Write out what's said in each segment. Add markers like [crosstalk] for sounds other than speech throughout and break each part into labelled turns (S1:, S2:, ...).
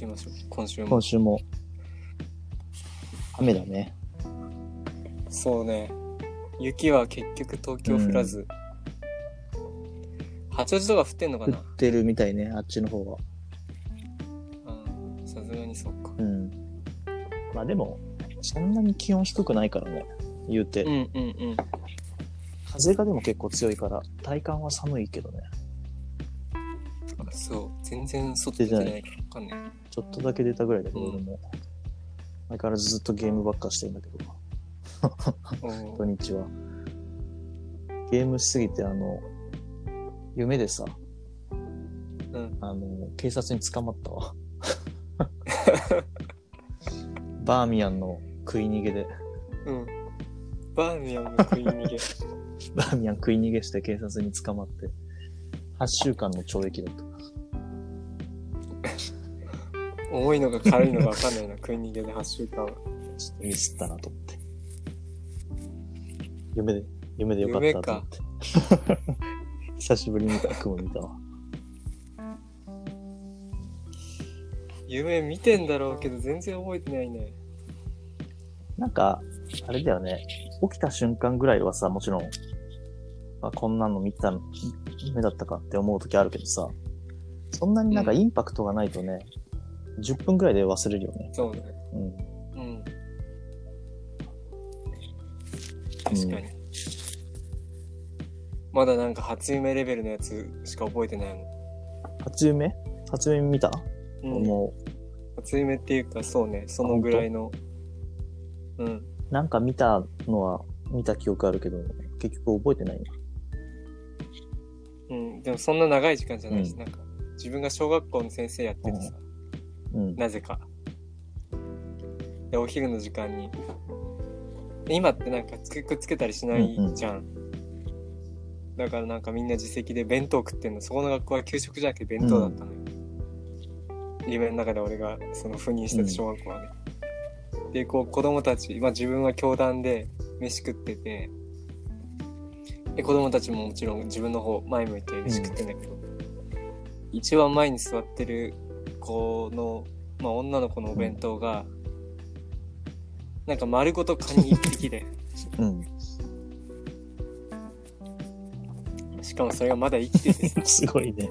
S1: 今週も
S2: 今。週も。雨だね。
S1: そうね。雪は結局東京降らず。八王子とか降ってんのか
S2: 降
S1: な
S2: ってるみたいね、あっちの方は。
S1: うんさすがにそっか。
S2: うん。まあでも、そんなに気温低くないからね、言うて。
S1: うんうんうん。
S2: 風がでも結構強いから、体感は寒いけどね。
S1: あそう。全然外出てないからわかんない。
S2: ちょっとだけ出たぐらいだけど、
S1: うん
S2: 俺も。相変わらずずっとゲームばっかしてるんだけど、
S1: おー
S2: 土日は。ゲームしすぎて、あの、夢でさ、
S1: うん。
S2: あの、警察に捕まった
S1: [laughs]
S2: わ。バーミヤンの食い逃げで、
S1: うん。バーミヤンの食い逃げ。 [laughs]
S2: バーミヤン食い逃げして警察に捕まって、8週間の懲役だった。
S1: 重いのか軽いのかわかんないな。食い逃げで8週間は。
S2: ちょっとミスったなと思って。夢で、夢でよかったと思って。 [laughs] 久しぶりに雲見たわ。
S1: 夢見てんだろうけど、全然覚えてないね。
S2: なんか、あれだよね。起きた瞬間ぐらいはさ、もちろん、あ、こんなの見た、夢だったかって思う時あるけどさ、そんなになんか
S1: うん
S2: インパクトがないとね、10分ぐらいで忘れるよね。
S1: そうね。
S2: うん。
S1: うん。確かに。まだなんか初夢レベルのやつしか覚えてないも
S2: 初夢初夢見た、
S1: ん。うん、
S2: も
S1: 初夢っていうか、そうね。そのぐらいの。うん。
S2: う、なんか見たのは、見た記憶あるけど、結局覚えてないね
S1: うん。でもそんな長い時間じゃないし、
S2: う
S1: なんか、自分が小学校の先生やっててさ、
S2: うん。
S1: なぜか。で、お昼の時間に。今ってなんかつけくっつけたりしないじゃん。だからなんかみんな自席で弁当食ってんの。そこの学校は給食じゃなくて弁当だったのよ。夢の中で俺がその赴任してた小学校はね。で、こう子供たち、まあ自分は教団で飯食ってて、で子供たちももちろん自分の方前向いて飯食ってんだけど、一番前に座ってる子の、まあ、女の子のお弁当が、なんか丸ごとカニ一匹
S2: [laughs]
S1: で
S2: うん。
S1: しかもそれがまだ生きてて
S2: すごいね。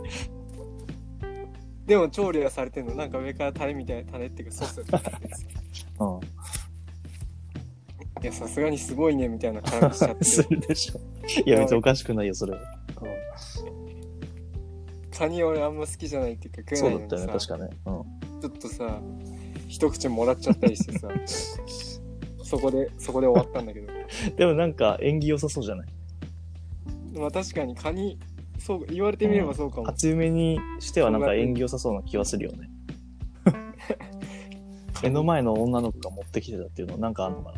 S1: でも調理はされてんのなんか上からタレみたいなタレっていうかソースがかかってて
S2: [laughs] うん。
S1: いやさすがにすごいねみたいな感じしちゃ
S2: [laughs]
S1: っ
S2: す
S1: て
S2: るでしょ。いや、別におかしくないよ、それは。
S1: カニ俺あんま好きじゃないっていうか食
S2: そ
S1: え
S2: う
S1: な
S2: だ
S1: いの
S2: った
S1: に
S2: よ
S1: さ
S2: ね、確かね。うん。
S1: ちょっとさ一口もらっちゃったりしてさそこでそこで終わったんだけど
S2: でもなんか縁起良さそうじゃない
S1: まあ確かにカニそう言われてみればそうかも、
S2: 初夢にしてはなんか縁起良さそうな気はするよ
S1: [laughs]
S2: ね。目の前の女の子が持ってきてたっていうのなんかあんのか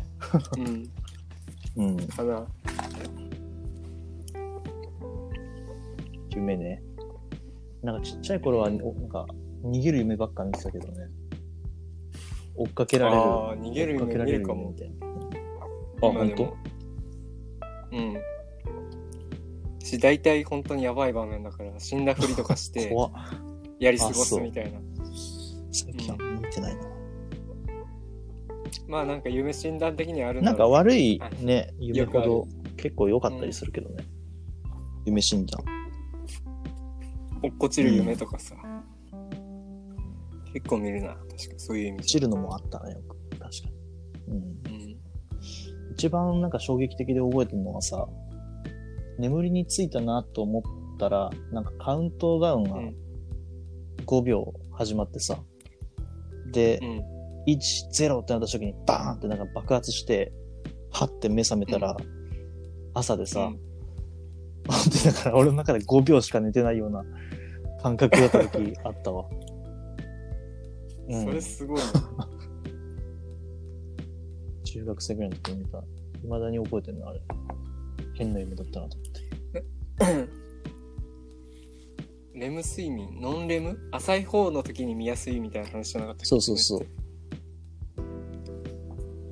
S2: な
S1: うん
S2: うん。
S1: かな
S2: 夢ね。なんかちっちゃい頃は、おなんか逃げる夢ばっか見てたけどね。追っかけられる。
S1: あー逃げる夢
S2: 追っかけられ
S1: 見るかも
S2: みたいな。あ、
S1: 今
S2: 本
S1: で
S2: 当
S1: も。うん。し、大体本当にやばい場面だから、死んだふりとかして、
S2: [laughs] 怖っ。
S1: やり過ごすみたいな。
S2: 最近は見てないな。
S1: まあなんか夢診断的にはあるん
S2: な
S1: だ
S2: んか
S1: ろ
S2: 悪いね、夢ほ
S1: よ
S2: ど結構良かったりするけどね。夢診断。
S1: う落っこちる夢とかさ。結構見るな、確かに。そういう意味
S2: 知
S1: じ
S2: るのもあったね、よく。確かに。うん。
S1: ゃ。うん。
S2: 一番なんか衝撃的で覚えてるのはさ、眠りについたなと思ったら、なんかカウントダウンが
S1: うん
S2: 5秒始まってさ、で
S1: う、ん。
S2: 1、0ってなった時にバーンってなんか爆発して、はって目覚めたら、朝で
S1: う
S2: さ、[laughs] でだから俺の中で5秒しか寝てないような感覚だった時あったわ。うん
S1: ん、 [laughs] それすごいな。
S2: 中学生ぐらいの時に見た。未だに覚えてるの、あれ。変な夢だったなと思って。
S1: レム睡眠、ノンレム浅い方の時に見やすいみたいな話じゃなかったっけ
S2: そうそうそう。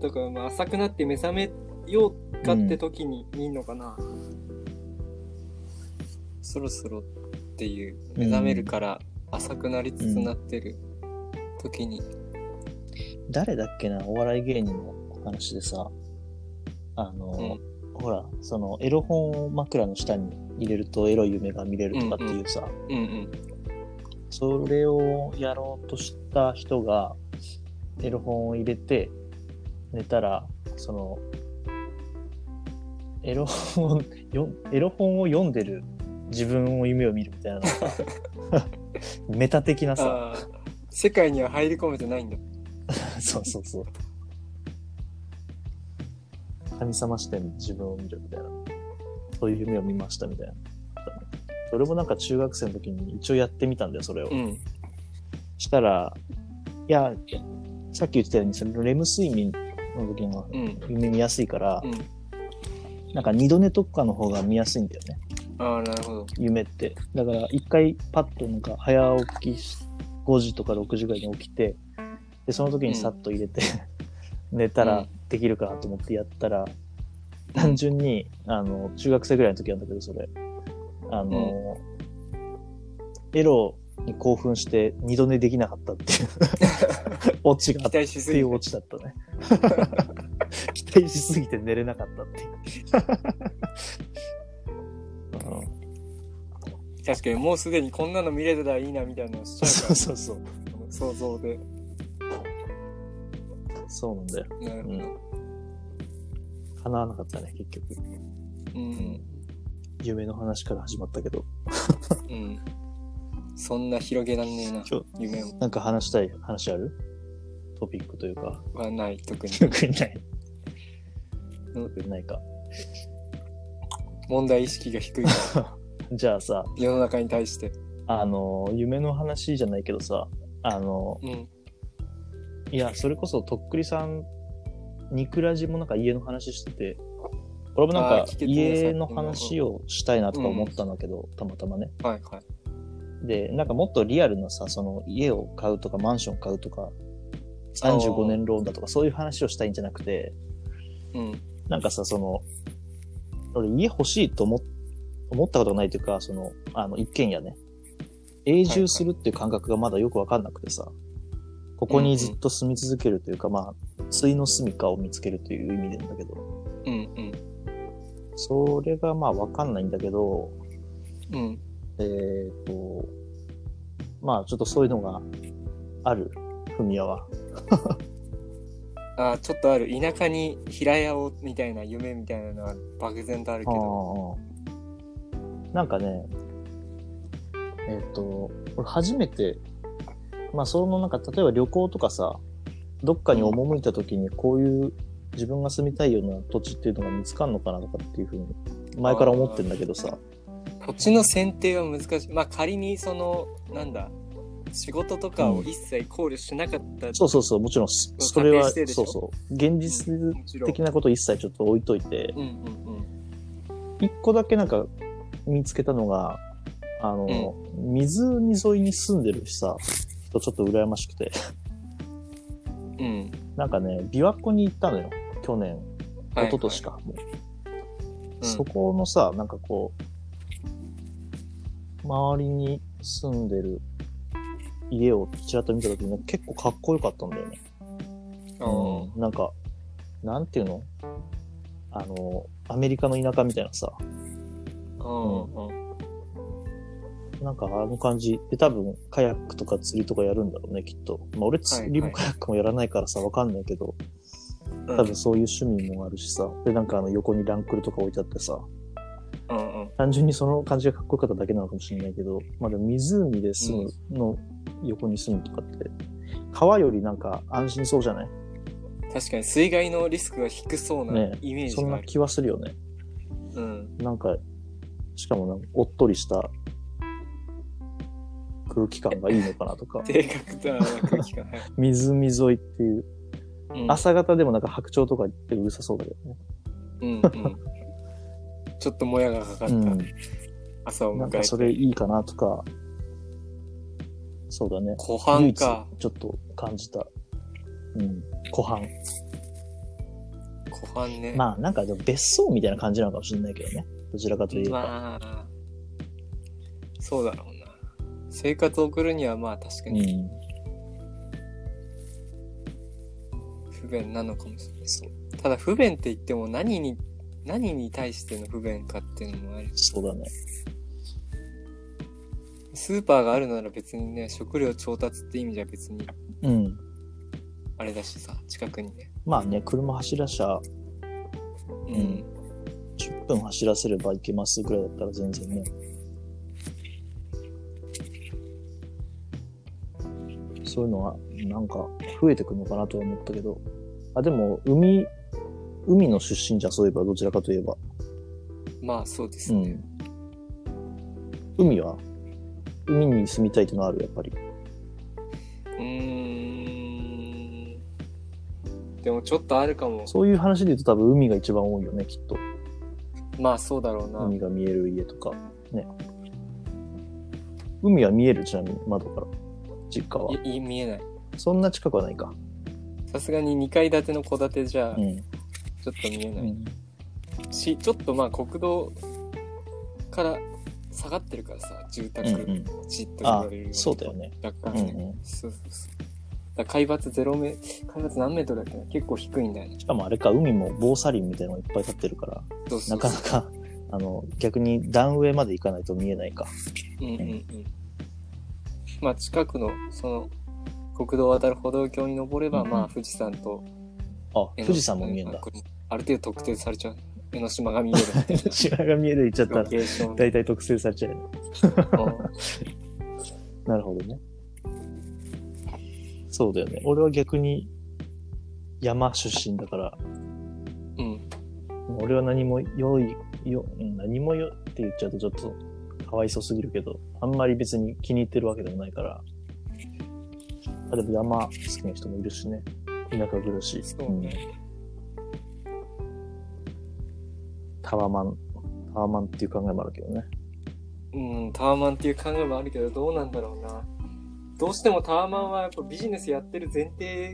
S1: だからまあ浅くなって目覚めようかって時に見んのかな、そろそろっていう目覚めるから浅くなりつつなってる時に
S2: 誰だっけな、お笑い芸人の話でさ、あの、ほら、その、エロ本を枕の下に入れるとエロい夢が見れるとかっていうさ、
S1: うんうん
S2: それをやろうとした人が、エロ本を入れて、寝たら、その、エロ本をよ、エロ本を読んでる自分を夢を見るみたいな、なんか
S1: [laughs]
S2: メタ的なさ、
S1: あー世界には入り込めてないんだ
S2: そうそうそう。神様視点で自分を見るみたいな。そういう夢を見ましたみたいな。俺もなんか中学生の時に一応やってみたんだよ、それを。
S1: うん
S2: したら、いや、さっき言ってたように、そのレム睡眠の時の
S1: うん
S2: 夢見やすいから
S1: う、ん
S2: なんか二度寝とかの方が見やすいんだよね、
S1: ああなるほど
S2: 夢って。だから一回パッとなんか早起きし、5時とか6時ぐらいに起きて、で、その時にさっと入れて、 [laughs] 寝た
S1: う
S2: ら
S1: ん
S2: できるかなと思ってやったら、単純に、あの、中学生ぐらいの時なんだけど、それ。あの、エロに興奮して二度寝できなかったっていう
S1: [laughs]
S2: オチが
S1: 期
S2: あって
S1: 待しす
S2: ってい
S1: ぎ
S2: うオ
S1: て
S2: チだったね。 [laughs] 期待しすぎて寝れなかったって
S1: [laughs]
S2: いう。うん
S1: 確かにもうすでにこんなの見れてたらいいなみたいなのしちゃ
S2: そうそうそう。
S1: うから想像で
S2: そうなんだよ。
S1: なるほど
S2: 叶わなかったね、結局。
S1: うん
S2: 夢の話から始まったけど。
S1: うんそんな広げらんねえな
S2: 今
S1: 夢
S2: 日、なんか話したい話あるトピックというか。
S1: はない特に
S2: 特にない。
S1: うん
S2: 特にないか。
S1: 問題意識が
S2: [laughs]
S1: 低いから
S2: じゃあさ、
S1: 世の中に対して
S2: あの、夢の話じゃないけどさ、あの、
S1: うん
S2: いや、それこそとっくりさん、ニクラジもなんか家の話してて、俺もなん
S1: あ
S2: か
S1: ー聞けてるね
S2: 家の話をしたいなとか思ったんだけど、たまたまね。
S1: はいはい
S2: で、なんかもっとリアルなさ、その家を買うとかマンション買うとか、35年ローンだとかそういう話をしたいんじゃなくて、
S1: うん
S2: なんかさ、その、俺家欲しいと思っ思ったことがないというか、その、あの、一軒家ね。永住するっていう感覚がまだよくわかんなくてさ、ここにずっと住み続けるというか、まあ、ついの住みかを見つけるという意味なんだけど、
S1: うん
S2: それがまあわかんないんだけど、
S1: うんうん
S2: えっ、と、まあちょっとそういうのがある、ふみやは。
S1: あーちょっとある田舎に平屋をみたいな夢みたいなのは漠然とあるけど
S2: ああなんかね、えっ、と、俺初めて、まあそのなんか例えば旅行とかさ、どっかに赴いた時にこういう自分が住みたいような土地っていうのが見つかんのかなとかっていうふうに前から思ってんだけどさ、
S1: 土地の選定は難しいまあ仮にそのなんだ仕事とかを一切考慮しなかった、
S2: そうそうそう、もちろんそ
S1: そう
S2: それは、
S1: 仮定してでし
S2: そ
S1: ょ
S2: うそう、現実
S1: もちろん
S2: 的なこと一切ちょっと置いといて、
S1: うんうんうん
S2: 一個だけなんか見つけたのが、あの、湖沿いに住んでるしさ、人ちょっと羨ましくて。
S1: うん
S2: なんかね、琵琶湖に行ったのよ。去年、
S1: はい
S2: 一昨年か。もう
S1: うん
S2: そこのさ、なんかこう、周りに住んでる家をちらっと見た時に、ね、結構かっこよかったんだよね。
S1: あー
S2: うんなんか、なんていうのあの、アメリカの田舎みたいなさ、
S1: うんうん
S2: なんかあの感じで多分カヤックとか釣りとかやるんだろうね、きっと。まあ俺釣り
S1: は
S2: も
S1: い
S2: カヤックもやらないからさ、わかんないけど、
S1: うん
S2: 多分そういう趣味もあるしさ、でなんかあの横にランクルとか置いてあってさ、
S1: うんうん
S2: 単純にその感じがかっこよかっただけなのかもしれないけど、まあでも湖で住むの横に住むとかって、川よりなんか安心そうじゃない
S1: 確かに水害のリスクが低そうな
S2: ね
S1: イメージ
S2: そん
S1: があ
S2: な
S1: る、
S2: 気はするよね。
S1: うん、
S2: なんか、しかもなんかおっとりした空気感がいいのかなとか
S1: [laughs] 正確な空気感、はい
S2: 湖沿いっていう、
S1: うん、
S2: 朝方でもなんか白鳥とか言ってうるさそうだけどね。
S1: うんうんちょっともやがかかった
S2: う
S1: 朝を迎
S2: ん。な
S1: え
S2: ん
S1: て、
S2: かそれいいかなとか、そうだね。
S1: 湖
S2: 唯
S1: 畔
S2: 一ちょ
S1: か
S2: っと感じた。うん。湖畔。
S1: 湖畔ね
S2: まあなんかでも別荘みたいな感じなのかもしれないけどね。どちらかといえば。
S1: まあそうだろうな生活を送るにはまあ確か
S2: う
S1: に
S2: ん。
S1: 不便なのかもしれないですねただ不便って言っても何に何に対しての不便かっていうのもある
S2: そうだね。
S1: スーパーがあるなら別にね食料調達って意味じゃ別に
S2: うん。
S1: あれだしさ近くにね
S2: まあね、車走らしゃ
S1: うん、
S2: ん10分走らせれば行けますぐらいだったら全然ね。そういうのは、なんか、増えてくのかなとは思ったけど。あ、でも、海、海の出身じゃん、そういえば、どちらかといえば。
S1: まあそうです
S2: う
S1: ね、
S2: ん。海は海に住みたいってのはある、やっぱり。
S1: うーんでもちょっとあるかも
S2: そういう話で言うと多分海が一番多いよね、きっと。
S1: まあそうだろうな、
S2: 海が見える家とか。ね。海は見える、ちなみに、窓から。実家は。
S1: いい見えない
S2: そんな近くはないか。
S1: さすがに2階建ての戸建てじゃ
S2: うん。
S1: ちょっと見え
S2: う
S1: ない、
S2: ん。
S1: しちょっとまあ国道から下がってるからさ住
S2: う
S1: 宅
S2: んうん、
S1: 地って言わ
S2: あ
S1: れるよ、
S2: そうだよね。
S1: 若
S2: う
S1: 干
S2: ん
S1: ね、
S2: うん。
S1: そうそうそうだから海抜ゼロメ海抜何メートルだっけな結構低いんだよね
S2: しかもあれか、海も防砂林みたいなのがいっぱい立ってるから、
S1: そうそ
S2: な
S1: うそ
S2: か
S1: う
S2: なか、あの、逆に段上まで行かないと見えないか。
S1: うんうんうんまあ近くのその国道を渡る歩道橋に登れば、
S2: うん
S1: まあ富士山と
S2: あ、
S1: 江ノ島
S2: 富士山も見えんだ
S1: あ。これある程度特定されちゃう江ノ島が見えるみたい
S2: [laughs] 島が見える行っちゃった
S1: な
S2: ら
S1: ロ、ケーション
S2: 大体特製されちゃうよね。
S1: う
S2: なるほどね。そうだよね。俺は逆に、山出身だから、
S1: んうん
S2: 俺は何も良い、よ、うん何もよって言っちゃうとちょっと、かわいそうすぎるけど、あんまり別に気に入ってるわけでもないから、あでも山好きな人もいるしね。田舎暮らし。
S1: そうね、
S2: うんタワマン、タワマンっていう考えもあるけどね。
S1: うん、タワマンっていう考えもあるけどどうなんだろうなどうしてもタワマンはやっぱビジネスやってる前提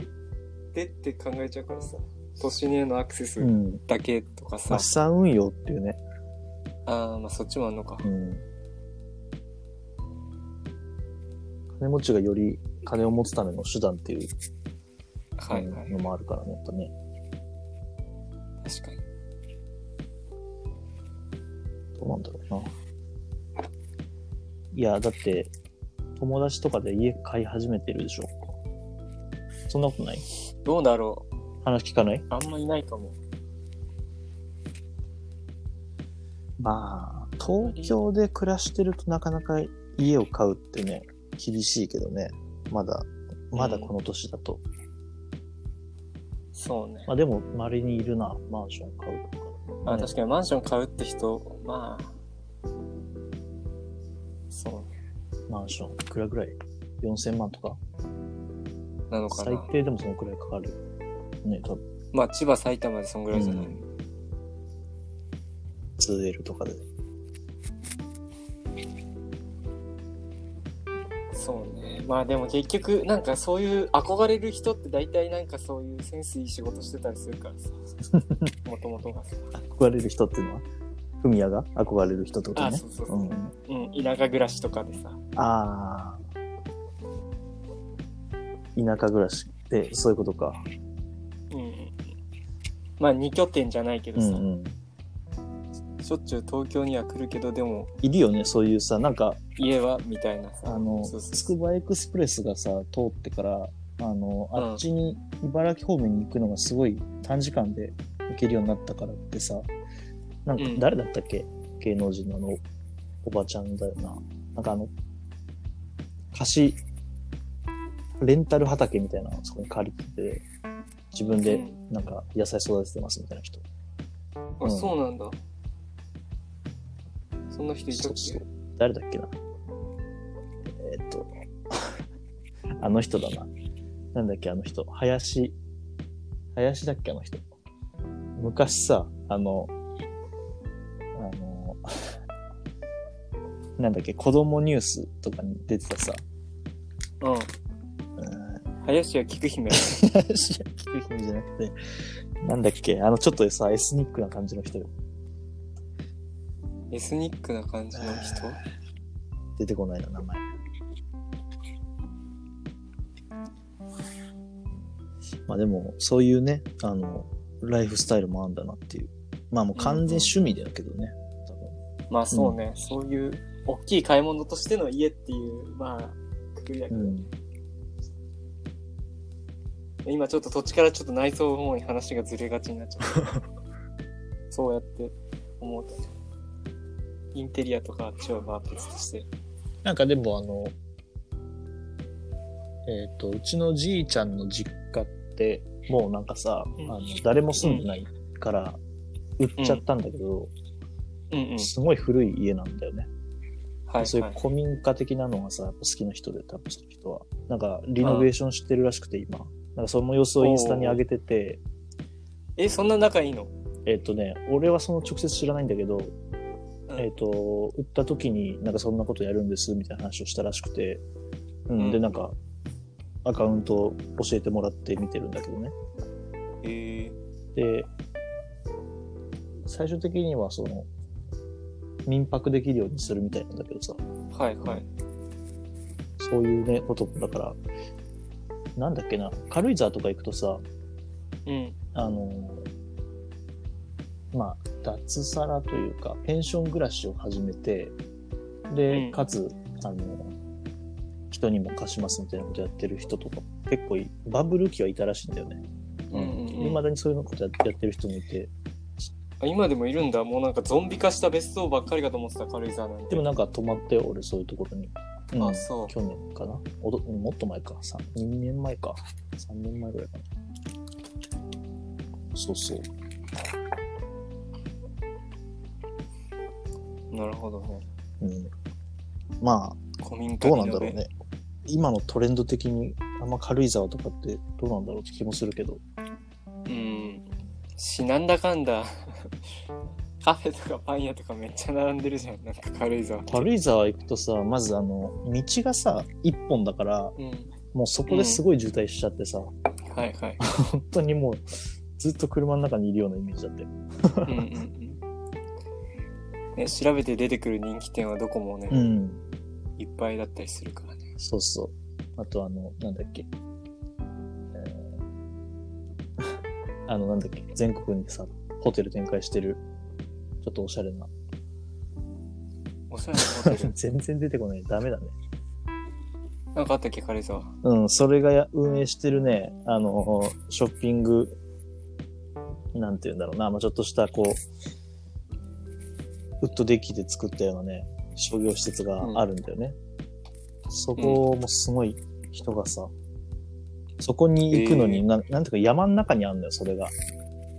S1: でって考えちゃうからさ都心へのアクセス
S2: うん。
S1: だけとか
S2: ま
S1: さ
S2: あ、、資産運用っていうね。
S1: ああまあそっちもあんのか
S2: うん。金持ちがより金を持つための手段っていう
S1: はいはい、
S2: のもあるからね、やっぱね。
S1: 確かに
S2: どうなんだろうな。いや、だって、友達とかで家買い始めてるでしょ。そんなことない
S1: どうだろう
S2: 話聞かない
S1: あんまいないかも
S2: まあ、東京で暮らしてるとなかなか家を買うってね、厳しいけどね。まだ、まだこの年だと。
S1: そうね
S2: まあでも、稀にいるな、マンション買うとか。
S1: あ確かにマンション買うって人まあそ
S2: マンション、いくらぐらい ?4000 万とか
S1: うなのか
S2: 最
S1: な
S2: 低でもそのくらいかかる。ね、多分
S1: まあ千葉埼玉でそんぐらいじゃない、
S2: う 2L とかで。
S1: そうねまあでも結局なんかそういう憧れる人って大体なんかそういうセンスいい仕事してたりするからさ
S2: [laughs]
S1: もともとがさ
S2: 憧れる人っていうのは、フミヤが憧れる人ってこと
S1: あ
S2: ね
S1: そ。うそうそうう、
S2: んうん。
S1: うん、田舎暮らしとかでさ
S2: ああ。田舎暮らしって、そういうことか。
S1: うんうんうんまあ二拠点じゃないけど
S2: う
S1: さ、
S2: んうん。
S1: しょっちゅう東京には来るけどでも
S2: いるよね、そういうさ、なんか、
S1: 家はみたいなさ
S2: あの、
S1: そうそう
S2: つくばエクスプレスがさ、通ってから、あの、
S1: うん
S2: あっちに、茨城方面に行くのがすごい短時間で行けるようになったからってさ、なんか
S1: うん
S2: 誰だったっけ、芸能人のあの、おばちゃんだよな。なんかあの、貸し、レンタル畑みたいなのそこに借りてて、自分で
S1: うん
S2: なんか野菜育ててますみたいな人。
S1: あそうなんだそんな人いたっ
S2: そう
S1: け
S2: そう。誰だっけな。えーっと、 [laughs] あの人だな。なんだっけ、あの人。林。林だっけ、あの人。昔さ、あの、あの、 [laughs] なんだっけ、子供ニュースとかに出てたさ、
S1: う
S2: うーん
S1: ん林家菊姫
S2: 林家菊姫じゃなくて、なんだっけ、あの、ちょっとさ、エスニックな感じの人よ
S1: エスニックな感じの人
S2: 出てこないな、名前。まあでも、そういうね、あの、ライフスタイルもあんだなっていう。まあもう完全趣味だけどね。多分
S1: まあそうね、そういう大きい買い物としての家っていうまあくくりだけど、
S2: うん。
S1: 今ちょっと土地からちょっと内装の方に話がずれがちになっちゃ
S2: [laughs]
S1: うそうやって思うとインテリアとかあっちはまあ別として
S2: なんかでもあの、えっ、と、うちのじいちゃんの実家って、もうなんかさ、
S1: うん
S2: あの誰も住んでないから、売っちゃったんだけど、
S1: うんうん
S2: すごい古い家なんだよね。
S1: はい
S2: そうい
S1: は
S2: う
S1: い
S2: 古民家的なのがさ、やっぱ好きな人で、多分その人は。なんか、リノベーションしてるらしくて、今。なんか、その様子をインスタに上げてて、
S1: えそんな仲いいの、
S2: えっ、とね、俺はその直接知らないんだけど、
S1: うん
S2: えっ、と、売った時に、なんかそんなことやるんです、みたいな話をしたらしくて、うん、
S1: うん
S2: で、なんか、アカウントを教えてもらって見てるんだけどね。
S1: え
S2: で、最終的には、その、民泊できるようにするみたいなんだけどさ、
S1: ー、はいはい
S2: そういうね、ことだから、なんだっけな、軽井沢とか行くとさ、
S1: うん
S2: あのーまあ、脱サラというか、ペンション暮らしを始めて、で、
S1: うん
S2: かつ、あのー人にも貸しますみたいなことやってる人とか、結構いバブル期はいたらしいんだよね。
S1: うんうんうん
S2: 未だにそういうのことややってる人もいて、
S1: あ今でもいるんだもうなんかゾンビ化した別荘ばっかりかと思ってた軽井沢なんて
S2: でもなんか泊まってよ、俺そういうところに。うん
S1: あそう
S2: 去年かなおどもっと前か。さ2年前か。3年前ぐらいかな。そうそう。
S1: なるほどね
S2: うん、ま
S1: 古民
S2: あ、
S1: 家
S2: どう
S1: リ
S2: なんだ
S1: ノ
S2: ろ
S1: ベ
S2: うね。今のトレンド的に、あんま軽井沢とかってどうなんだろうって気もするけど。
S1: うんしなんだかんだカフェとかパン屋とかめっちゃ並んでるじゃんなんか軽井沢って
S2: 軽井沢行くとさ、まずあの、道がさ、一本だから、
S1: うん
S2: もうそこですごい渋滞しちゃってさ、
S1: はいはい
S2: 本当にもう、ずっと車の中にいるようなイメージだって。
S1: うんうんうんね、調べて出てくる人気店はどこもね、
S2: うん。
S1: いっぱいだったりするからね。
S2: そうそう。あとあの、なんだっけ。えー [laughs] あの、なんだっけ。全国にさ、ホテル展開してる、ちょっとおしゃれな。
S1: おしゃれなホテル。
S2: 全然出てこない。ダメだね。
S1: なんかあったっけ、軽井沢。
S2: うん、それがや運営してるね、あの、ショッピング、なんて言うんだろうな、まあ、ちょっとした、こう、ウッドデッキで作ったようなね、商業施設があるんだよね。そこもすごい人がさ、そこに行くの
S1: え
S2: に、
S1: ー
S2: なんなんていうか山の中にあるんだよ、それが。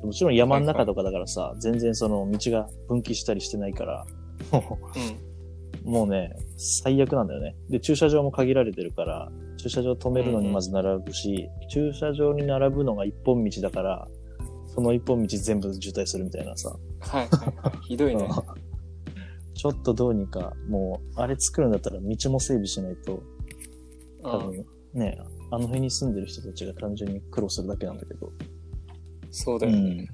S2: もちろん山の中とかだからさ、全然その道が分岐したりしてないから、
S1: う
S2: もうね、最悪なんだよね。で、駐車場も限られてるから、駐車場止めるのにまず並ぶし、駐車場に並ぶのが一本道だから、その一本道全部渋滞するみたいなさ。
S1: ん。はいはいはい。ひどいね。
S2: ちょっとどうにか、もう、あれ作るんだったら道も整備しないと、
S1: う
S2: 多
S1: ん、
S2: 分ね、あの辺に住んでる人たちが単純に苦労するだけなんだけど。
S1: そうだよね。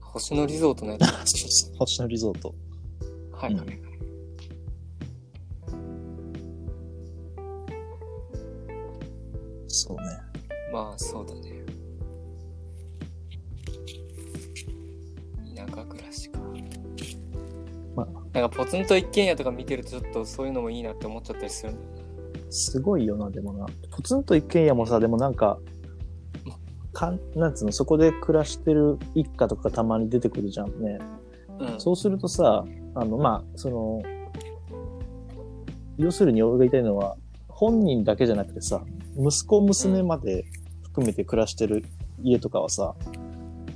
S1: 星野リゾートのやつ。
S2: 星野リゾート。
S1: はいはいはい。
S2: そうね。
S1: まあ、そうだね。田舎暮らしか。
S2: まあ
S1: なんかポツンと一軒家とか見てるとちょっとそういうのもいいなって思っちゃったりするんだよね
S2: すごいよな、でもな。ポツンと一軒家もさ、でもなんか、かんなんつうの、そこで暮らしてる一家とかたまに出てくるじゃんね。
S1: うん。
S2: そうするとさ、あの、まあ、その、要するに俺が言いたいのは、本人だけじゃなくてさ、息子、娘まで含めて暮らしてる家とかはさ、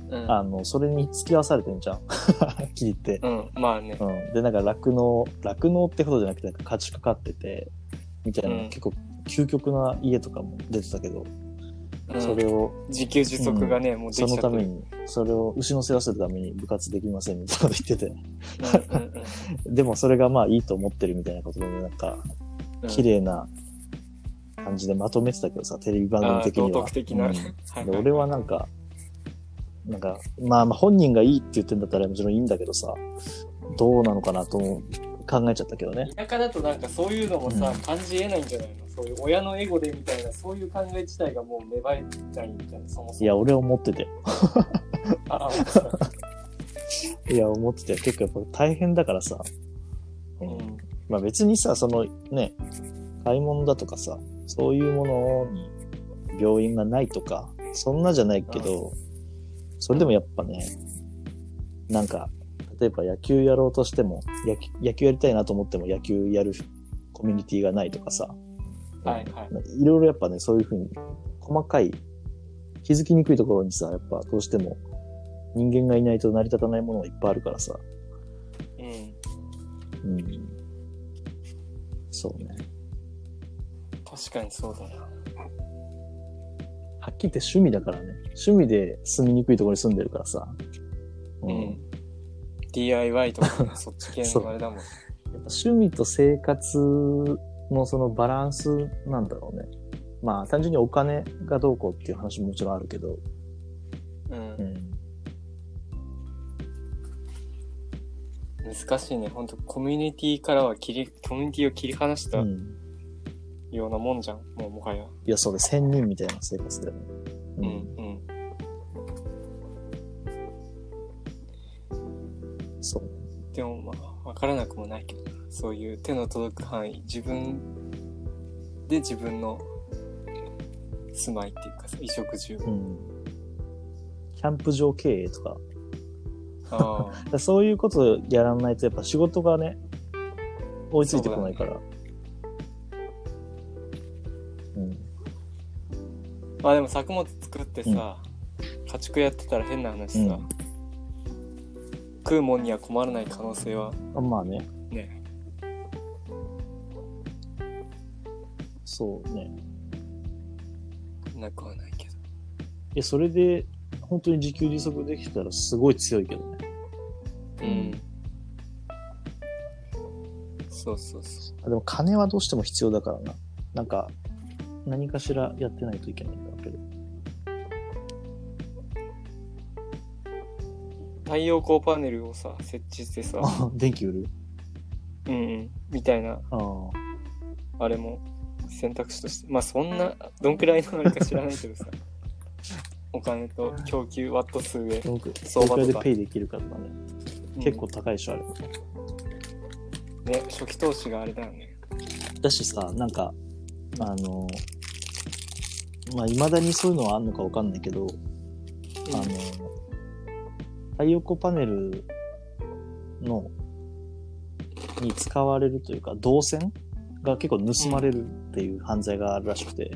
S1: うん
S2: あの、それに付き合わされてんじ [laughs] ゃん。はっきり言って。
S1: うん、まあね。
S2: うん。で、なんか酪農、酪農ってことじゃなくて、なんか家畜飼ってて、みたいな、
S1: うん
S2: 結構究極な家とかも出てたけど、
S1: うん
S2: それを、
S1: 自給自足がね、もうで
S2: そ
S1: きちゃ
S2: の
S1: った
S2: めに、それを牛の世話するために部活できませんみたいなこと言ってて、
S1: うんうんうん
S2: でもそれがまあいいと思ってるみたいなことで、なんか、
S1: うん
S2: 綺麗な感じでまとめてたけどさ、テレビ番組
S1: あー
S2: 的には。
S1: 道徳的な。
S2: うん
S1: ね [laughs] はい
S2: で俺はなんか、なんか、まあまあ本人がいいって言ってんだったらもちろんいいんだけどさ、どうなのかなと思う考えちゃったけどね。
S1: 田舎だとなんかそういうのもさ、
S2: うん
S1: 感じ得ないんじゃないのそういう親のエゴでみたいなそういう考え自体がもう芽生えないみたいなそもそも
S2: いや、俺思ってて。
S1: ああ
S2: いや、思ってて。結構やっぱ大変だからさ。う
S1: うんん
S2: まあ別にさ、そのね、買い物だとかさ、そういうものに病院がないとか、そんなじゃないけど、それでもやっぱね、なんか、例えば野球やろうとしても、野球野球やりたいなと思っても野球やるコミュニティがないとかさ、
S1: はいはい
S2: いろいろやっぱね、そういうふうに細かい、気づきにくいところにさ、やっぱどうしても人間がいないと成り立たないものがいっぱいあるからさ、
S1: うん
S2: うん。そうね。
S1: 確かにそうだな
S2: はっきり言って趣味だからね。趣味で住みにくいところに住んでるからさ。う。
S1: うん
S2: やっ
S1: DIY と [laughs] かそっち系のあれだもん
S2: ぱ趣味と生活のそのバランスなんだろうね。まあ単純にお金がどうこうっていう話ももちろんあるけど。
S1: う
S2: うんん。
S1: 難しいねほんとコミュニティからは切りコミュニティを切り離した
S2: うん、
S1: ようなもんじゃん、もうもはや
S2: いや、そうで、仙人みたいな生活だよね。
S1: うんうん
S2: うん。そう。
S1: でもまあ分からなくもないけどなそういう手の届く範囲自分で自分の住まいっていうかさ衣食住 [laughs]
S2: うん。キャンプ場経営とか。
S1: ああ
S2: だからそういうことやらないと、やっぱ仕事がね、追いついてこないから。うん。
S1: まあでも作物作ってさ、家畜やってたら変な話さ、
S2: うん
S1: 食うもんには困らない可能性は
S2: あまあね。
S1: ね
S2: そうね。
S1: なくはないけど
S2: え、それで、本当に自給自足できたらすごい強いけどね。
S1: うんそうそうそ
S2: あでも金はどうしても必要だからな。なんか、何かしらやってないといけないんだけ
S1: [laughs]
S2: ど。
S1: う太陽光パネルをさ設置して
S2: [laughs]
S1: さ
S2: あ電気売る
S1: うんうんみたいな
S2: ああ。
S1: あれも選択肢としてまあそんなどんくらいのあれか知らないけ
S2: [laughs]
S1: どさお金と供給ワット数で、
S2: どのくど
S1: 相場
S2: のく
S1: とから
S2: いでペイできるかとかね。結構高いでしょ、あれ。
S1: うんね初期投資があれだよね
S2: だしさ、なんか、あの、まあ、未だにそういうのはあんのかわかんないけど、あ [laughs] の、太陽光パネルの、に使われるというか、銅線が結構盗まれるっていう犯罪があるらしくて、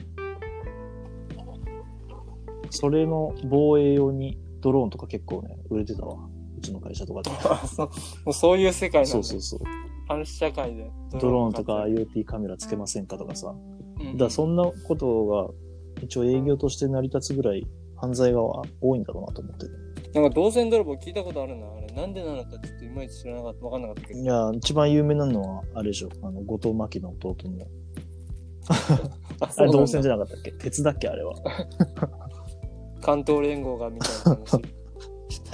S2: それの防衛用にドローンとか結構ね、売れてたわ。うちの会社とかで。
S1: あそうもうそういう世界なんだ
S2: そうそうそう。
S1: 反社会で
S2: ドローンとか
S1: い
S2: IoT カメラつけませんかとかさ。
S1: うん
S2: だからそんなことが一応営業として成り立つぐらい犯罪が多いんだろうなと思ってる。
S1: なんか銅線泥棒聞いたことあるなあれなんでなのかちょっといまいち知らなかった分かんなかったけど
S2: いや、一番有名なのはあれでしょ、あの、後藤真希の弟の。
S1: あ
S2: あ
S1: そうなん
S2: れ、銅
S1: だ
S2: 線じゃなかったっけ鉄だっけあれは。
S1: 関東連合がみたいな話
S2: だ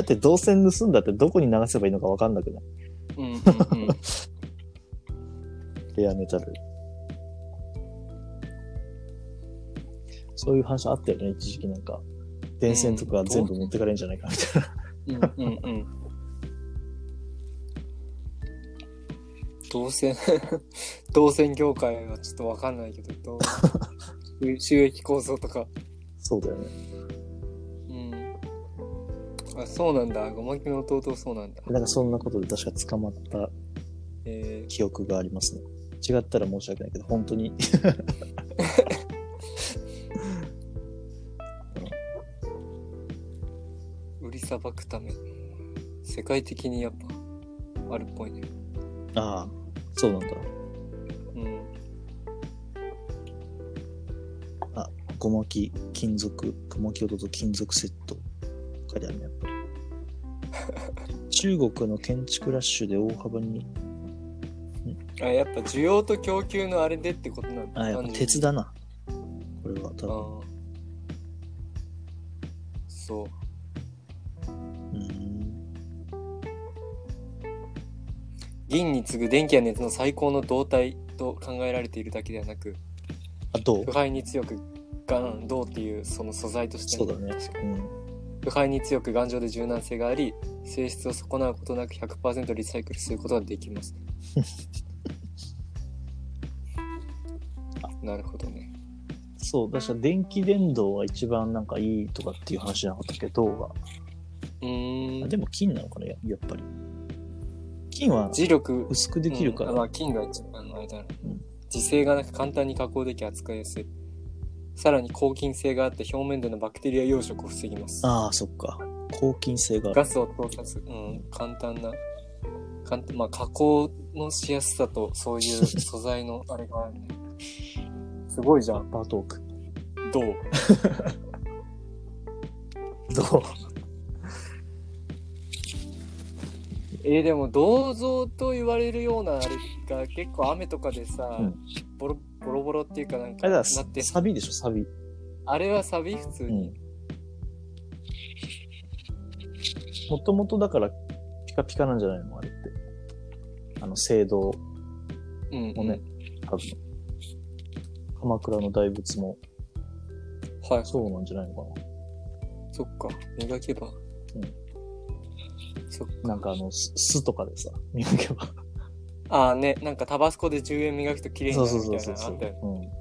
S2: って銅線盗んだってどこに流せばいいのかわかんなくない
S1: うんうんうん
S2: レアメタル。そういう話あったよね、一時期なんか。電線とか全部持ってかれんじゃないかみたいな。
S1: うんうんうん。動線、動線業界はちょっとわかんないけど、どう収益構造とか。
S2: そうだよね。
S1: うん。あ、そうなんだ。ごまきの弟そうなんだ。
S2: なんかそんなことで確か捕まった
S1: え
S2: 記憶がありますね。違ったら申し訳ないけど、本当に。
S1: ー、売りさばくため。世界的にやっぱ、あるっぽいね。
S2: ああ、そうなんだ。
S1: うん。
S2: ゴマキ、金属、ゴマキ音と金属セット。書いてあるね、やっぱ
S1: [laughs]
S2: り。中国の建築ラッシュで大幅に、
S1: あ、やっぱ需要と供給のあれでってことなんだ。
S2: あ、やっぱ鉄だな。これは多分。
S1: あそう。
S2: うーん。
S1: 銀に次ぐ電気や熱の最高の動態と考えられているだけではなく
S2: あどう
S1: 腐敗に強く頑銅っていうその素材として
S2: そうだね
S1: 確かに
S2: うん
S1: 腐敗に強く頑丈で柔軟性があり性質を損なうことなく100%リサイクルすることができ
S2: [laughs]
S1: ますなるほどね
S2: そう確か電気伝導は一番なんかいいとかっていう話じゃなかったっけど銅が
S1: うー
S2: あ
S1: ん
S2: でも金なのかなややっぱり金は
S1: 磁力
S2: 薄くできるか
S1: うんあま
S2: ら
S1: あ、金が一番の間だね
S2: うん
S1: 磁性がなく簡単に加工でき扱いやすいさらに抗菌性があって表面でのバクテリア養殖を防ぎます
S2: ああそっか抗菌性がある
S1: ガスを通さず、うん、簡単な簡単、まあ、加工のしやすさとそういう素材のあれがあ
S2: [laughs]
S1: るねすごいじゃん
S2: パートーク
S1: どう
S2: 銅
S1: えーでも銅像と言われるようなあれが結構雨とかでさ、
S2: うん
S1: ボロボロボロっていうかなん
S2: あ
S1: か
S2: れ
S1: な
S2: だ
S1: って
S2: サビでしょサビ
S1: あれはサビ普通
S2: う
S1: に、
S2: んもともとだからピカピカなんじゃないのあれってあの聖堂
S1: うん
S2: もね多分鎌倉の大仏も
S1: はい
S2: そうなんじゃないのか
S1: そっか、磨けば。そっ
S2: ななんかあのす酢とかでさ磨けば
S1: ああね、なんかタバスコで10円磨くと綺麗に
S2: そう
S1: な
S2: そう
S1: る
S2: そ
S1: み
S2: う
S1: た
S2: そ
S1: いうなのあ
S2: そう
S1: ったよね。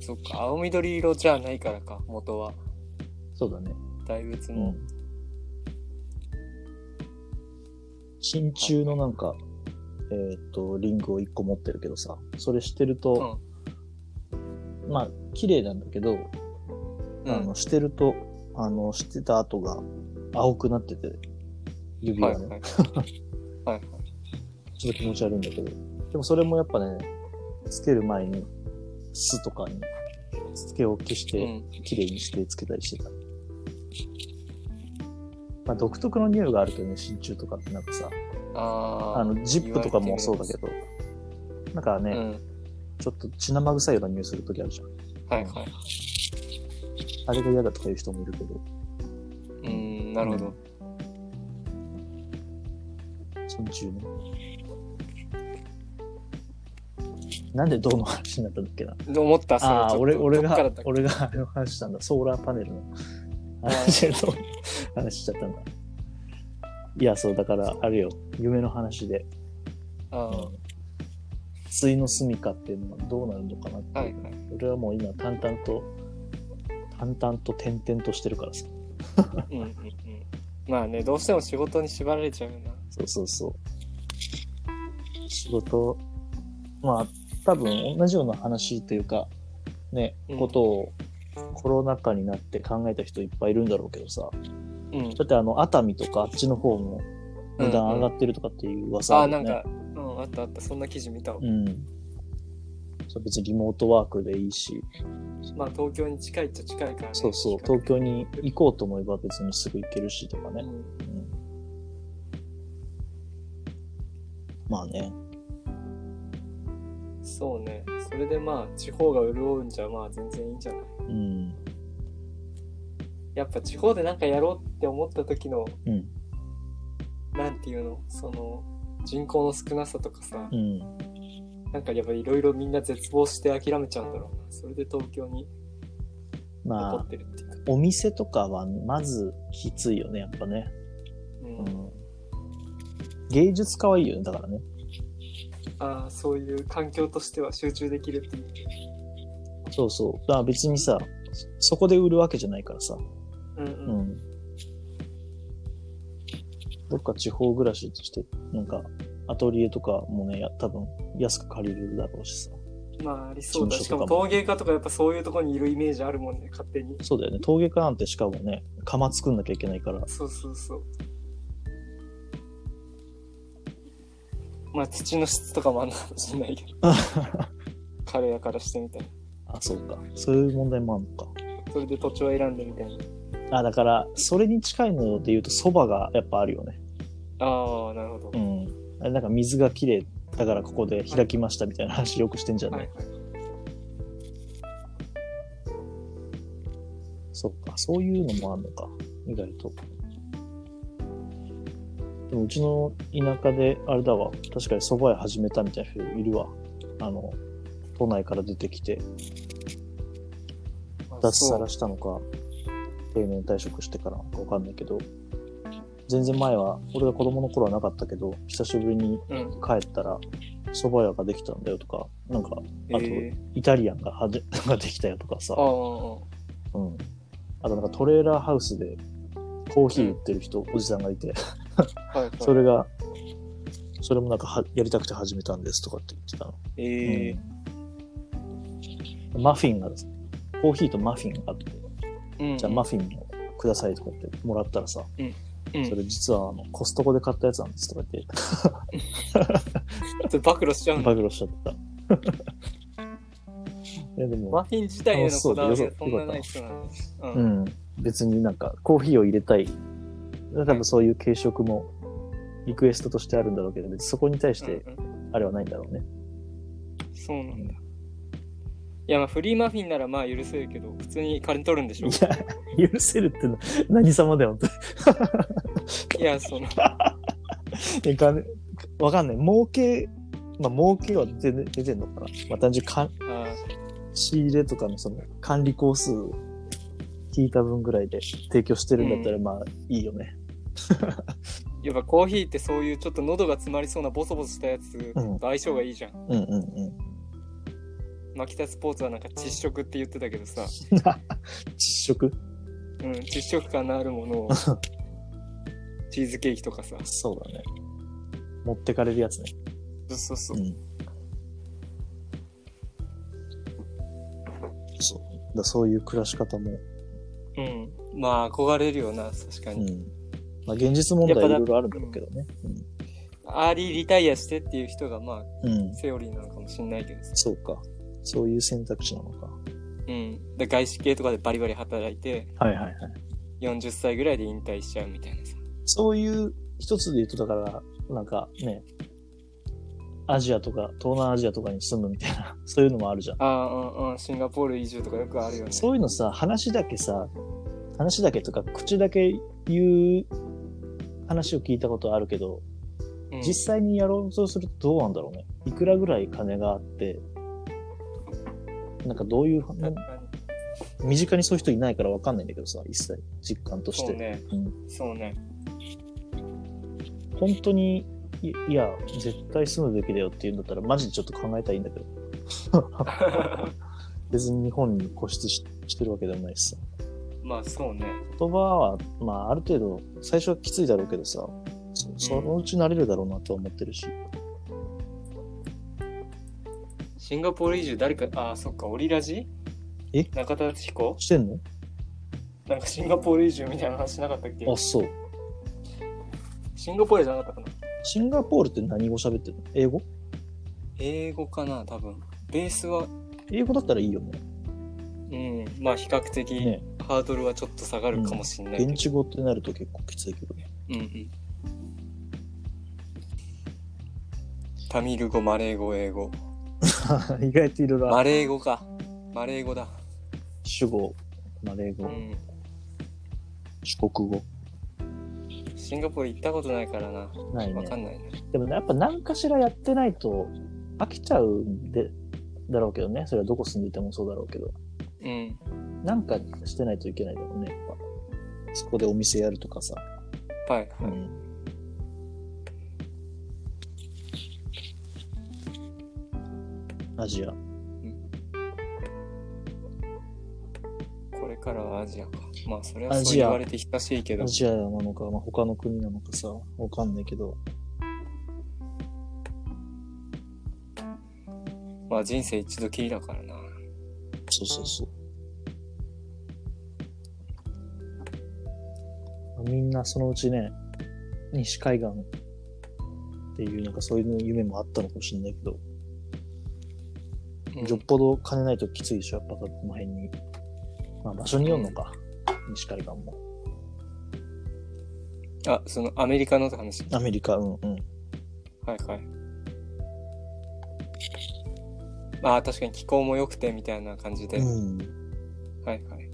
S2: う
S1: そっか、青緑色じゃないからか、元は。
S2: んそうだね
S1: 大仏
S2: う
S1: の。
S2: ん真鍮のなんかえーっとリングを1個持ってるけどさそれしてる
S1: う
S2: と、
S1: ん。
S2: まあ綺麗なんだけど
S1: う
S2: あ
S1: ん。
S2: の、してると、あの、してた跡が青くなってて、指
S1: はい
S2: が
S1: は
S2: ね、
S1: い。はいはい。
S2: ちょっと気持ち悪いんだけど。でもそれもやっぱね、つける前に、酢とかに、つけ置きし
S1: う
S2: て、
S1: ん。
S2: 綺麗にしてつけたりしてた。まあ、独特の匂いがあるけどね、真鍮とかってなんかさ、
S1: ああ。
S2: あの、ジップとかもそうだけど、なんかね、
S1: うん。
S2: ちょっと血生臭いような匂いするときあるじゃん。
S1: はいはい。
S2: あれが嫌だとかいう人もいるけど、
S1: うん、なるほど。
S2: 真鍮ね。なんで銅の話になったんだっけな。
S1: で思った、それちょっ
S2: ああー、
S1: と
S2: 俺、俺
S1: どっか
S2: が
S1: だった、
S2: 俺があの話したんだ。ソーラーパネルの
S1: あー
S2: 話の話しちゃったんだ。いや、そう、だから、あれよ、夢の話で、
S1: あー
S2: ついの住みかっていうのはどうなるのかなって、
S1: はいはい。
S2: 俺はもう今、淡々と、淡々と点々としてるからさ。
S1: うんうんうん。まあね、どうしても仕事に縛られちゃうよな。
S2: そうそうそう。仕事、まあ、多分同じような話というか、ね、
S1: うん
S2: ことをコロナ禍になって考えた人いっぱいいるんだろうけどさ、
S1: うん。
S2: だってあの、熱海とかあっちの方も値段上がってるとかっていう噂
S1: ああ、
S2: る
S1: な
S2: よ
S1: ん
S2: ね
S1: か、うん、あったあった。そんな記事見たわ。
S2: うん。そう別にリモートワークでいいし、
S1: まあ東京に近いっちゃ近いからね。
S2: そうそう、
S1: 近い
S2: 東京に行こうと思えば別にすぐ行けるしとかね。
S1: うん
S2: まあね、
S1: そうね。それでまあ地方が潤うんじゃまあ全然いいんじゃない
S2: うん。
S1: やっぱ地方でなんかやろうって思った時の、
S2: うん。
S1: なんていうの、その人口の少なさとかさ
S2: う、ん。
S1: なんかやっぱいろいろみんな絶望して諦めちゃうんだろうな。それで東京に
S2: ま
S1: 残
S2: あ
S1: っ、てるっていうか。
S2: お店とかはまずきついよね、やっぱね。
S1: うん
S2: うん、芸術家はいいよね、だからね。
S1: ああ、そういう環境としては集中できるっていう。
S2: そうそう。だから別にさ、そこで売るわけじゃないからさ。
S1: うんう。
S2: うんん。どっか地方暮らしとして、なんか、アトリエとかもね、や多分安く借りれるだろうしさ。
S1: まあありそうだ。
S2: 事務
S1: しか
S2: 所とかも
S1: も陶芸家とかやっぱそういうところにいるイメージあるもんね、勝手に。
S2: そうだよね。陶芸家なんてしかもね、窯作んなきゃいけないから。
S1: そうそうそう。まあ土の質とかもあんのかもしれないけど、
S2: [laughs]
S1: 彼らからしてみたい
S2: あ、そうか。そういう問題もあるのか。
S1: それで土地を選んでみたいな。
S2: あ、だから、それに近いので言うと、蕎麦がやっぱあるよね。
S1: ああ、なるほど。
S2: うん。あれなんか水が綺麗だからここで開きましたみたいな話よくしてんじゃな、
S1: はいいはい。
S2: そうか。そういうのもあるのか。意外と。でもうちの田舎で、あれだわ、確かに蕎麦屋始めたみたいな人いるわ。あの、都内から出てきて、
S1: あ
S2: 脱サ
S1: そう
S2: ラしたのか、定年退職してからなのかわかんないけど、全然前は、俺が子供の頃はなかったけど、久しぶりに
S1: うん
S2: 帰ったら、蕎麦屋ができたんだよとか、なんか、
S1: え
S2: あと
S1: ー、
S2: イタリアンがはでができたよとかさ、
S1: あー
S2: うん。あとなんかトレーラーハウスでコーヒー売ってる人、おじさんがいて、
S1: あーはいはい
S2: それが、それもなんかはやりたくて始めたんですとかって言ってたの。
S1: えー
S2: うんマフィンがですね、コーヒーとマフィンがあって、
S1: うん
S2: じゃあマフィンもくださいとかってもらったらさ、
S1: うん
S2: それ実はあのコストコで買ったやつなんですとか言って、
S1: それ暴露しちゃうんだ
S2: バグロしちゃった。 [laughs] いやで
S1: マ
S2: も、
S1: フィン自体へのこだわりがそんなない
S2: 楽
S1: 人なんです。うん
S2: う。ん、別になんかコーヒーを入れたい。多分そういう軽食もリクエストとしてあるんだろうけど、別にそこに対
S1: う
S2: し
S1: ん
S2: てあれはないんだろうね。
S1: うんそうなんだ。いや、まあ、フリーマフィンならまあ許せるけど、普通に金取るんでしょ
S2: いや、許せるっての何様だよ、本当に
S1: いや、その、
S2: え金わかんない。儲け、まあ、儲けは出て出てんのかな。まあ、単純にかん
S1: あ
S2: 仕入れとかのその管理工数聞いた分ぐらいで提供してるんだったら、
S1: う
S2: まあ、いいよね。
S1: ーやっぱコーヒーってそういうちょっと喉が詰まりそうなボソボソしたやつ
S2: うん
S1: と相性がいいじゃん。
S2: うんうんうん。
S1: マキタスポーツはなんか窒息って言ってたけどさ、
S2: 実食
S1: うん、窒息感のあるも [laughs] のを、チーズケーキとかさ、
S2: そうだね。持ってかれるやつね。
S1: そうそうそうう。
S2: ん。そう。だそういう暮らし方も、
S1: うん。まあ、憧れるよな、確か
S2: う
S1: に。
S2: ん。まあ、現実問題いろいろあるんだろうけどね。
S1: アーリーリタイアしてっていう人がまあ、
S2: うん。うん。
S1: セオリーなのかもしんないけどさ。
S2: そうか。そういう選択肢なのか。
S1: うん、で外資系とかでバリバリ働いて
S2: はいはいはい。
S1: 40歳ぐらいで引退しちゃうみたいなさ
S2: そういう一つで言うと、だから、なんかね、アジアとか、東南アジアとかに住むみたいな、 [laughs] そういうのもあるじゃん。
S1: ああうんうんシンガポール移住とかよくあるよね
S2: そういうのさ、話だけさ、話だけとか、口だけ言う話を聞いたことあるけど、
S1: うん
S2: 実際にやろうとするとどうなんだろうね。いくらぐらい金があって、なんかどういう、
S1: 確か
S2: 身近にそういう人いないからわかんないんだけどさ、一切、実感と
S1: に
S2: し
S1: そう
S2: て。
S1: ね
S2: うん
S1: そうね
S2: 本当にいいや絶対住むべきだよって言うんだったらマジでちょっと考えたらいいんだけど別に日本に固執ししてるわけでもないしさ
S1: まあそうね
S2: 言葉は、まあ、ある程度最初はきついだろうけどさそそのうち慣れるだろうなとは思ってるし、
S1: シンガポール移住誰かああそっかオリラジ
S2: え
S1: 中田敦彦
S2: してんの
S1: なんかシンガポール移住みたいな話しなかったっけ
S2: あそう
S1: シンガポールじゃなかったかな
S2: シンガポールって何語喋ってるの英語
S1: 英語かな多分ベースは
S2: 英語だったらいいよね
S1: うんまあ比較的、
S2: ね
S1: ハードルはちょっと下がるかもしんないけど
S2: 現地語ってなると結構きついけど [laughs]
S1: うんうん。タミル語、マレー語、英語。
S2: 意外といろいろあ
S1: マ
S2: る
S1: レー語か。マレー語だ。
S2: 主語マレー
S1: う
S2: 語
S1: ん。
S2: 四国語
S1: シンガポール行ったことないからな。
S2: ない
S1: わ
S2: ね
S1: かんないね。
S2: でもね、やっぱ何かしらやってないと飽きちゃうんで、だろうけどね。それはどこ住んでいてもそうだろうけど。
S1: うん。
S2: なんかしてないといけないだろうね、やっぱ。そこでお店やるとかさ。
S1: はい。
S2: うん。アジア。
S1: これからはアジアか。まあ、それは
S2: ア
S1: そう
S2: ジア
S1: 言われて親しいけど
S2: ア。ジアなのか、まあ、他の国なのかさ、わかんないけど。
S1: まあ、人生一度きりだからな。
S2: そうそうそう。みんなそのうちね、西海岸っていうなんかそういう夢もあったのかもしれないけど、
S1: うん
S2: よっぽど金ないときついでしょ、やっぱこの辺に。まあ場所によるのか、西海岸も。
S1: あ、そのアメリカのって話。
S2: アメリカ、うんうん。
S1: はいはい。まあ、確かに気候も良くてみたいな感じで。
S2: うん。
S1: はいはい。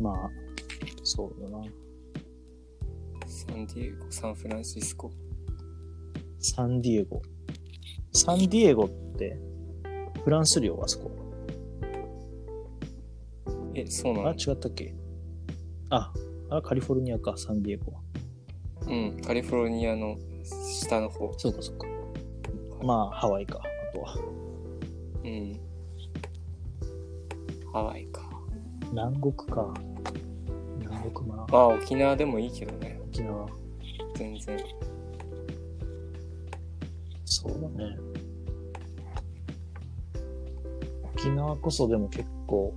S2: まあ、そうだな。
S1: サンディエゴ、サンフランシスコ。
S2: サンディエゴ。サンディエゴって、フランス領あそこ。
S1: え、そうな
S2: あ、
S1: の
S2: 違ったっけあ、あれカリフォルニアか、サンディエゴは。
S1: うん、カリフォルニアの下の方。
S2: そうか、そうか。まあ、ハワイか、あとは。
S1: うん。ハワイか。
S2: 南国か。南国、まあ、
S1: まあ、沖縄でもいいけどね。
S2: 沖縄。
S1: 全然。
S2: そうだね。沖縄こそでも結構。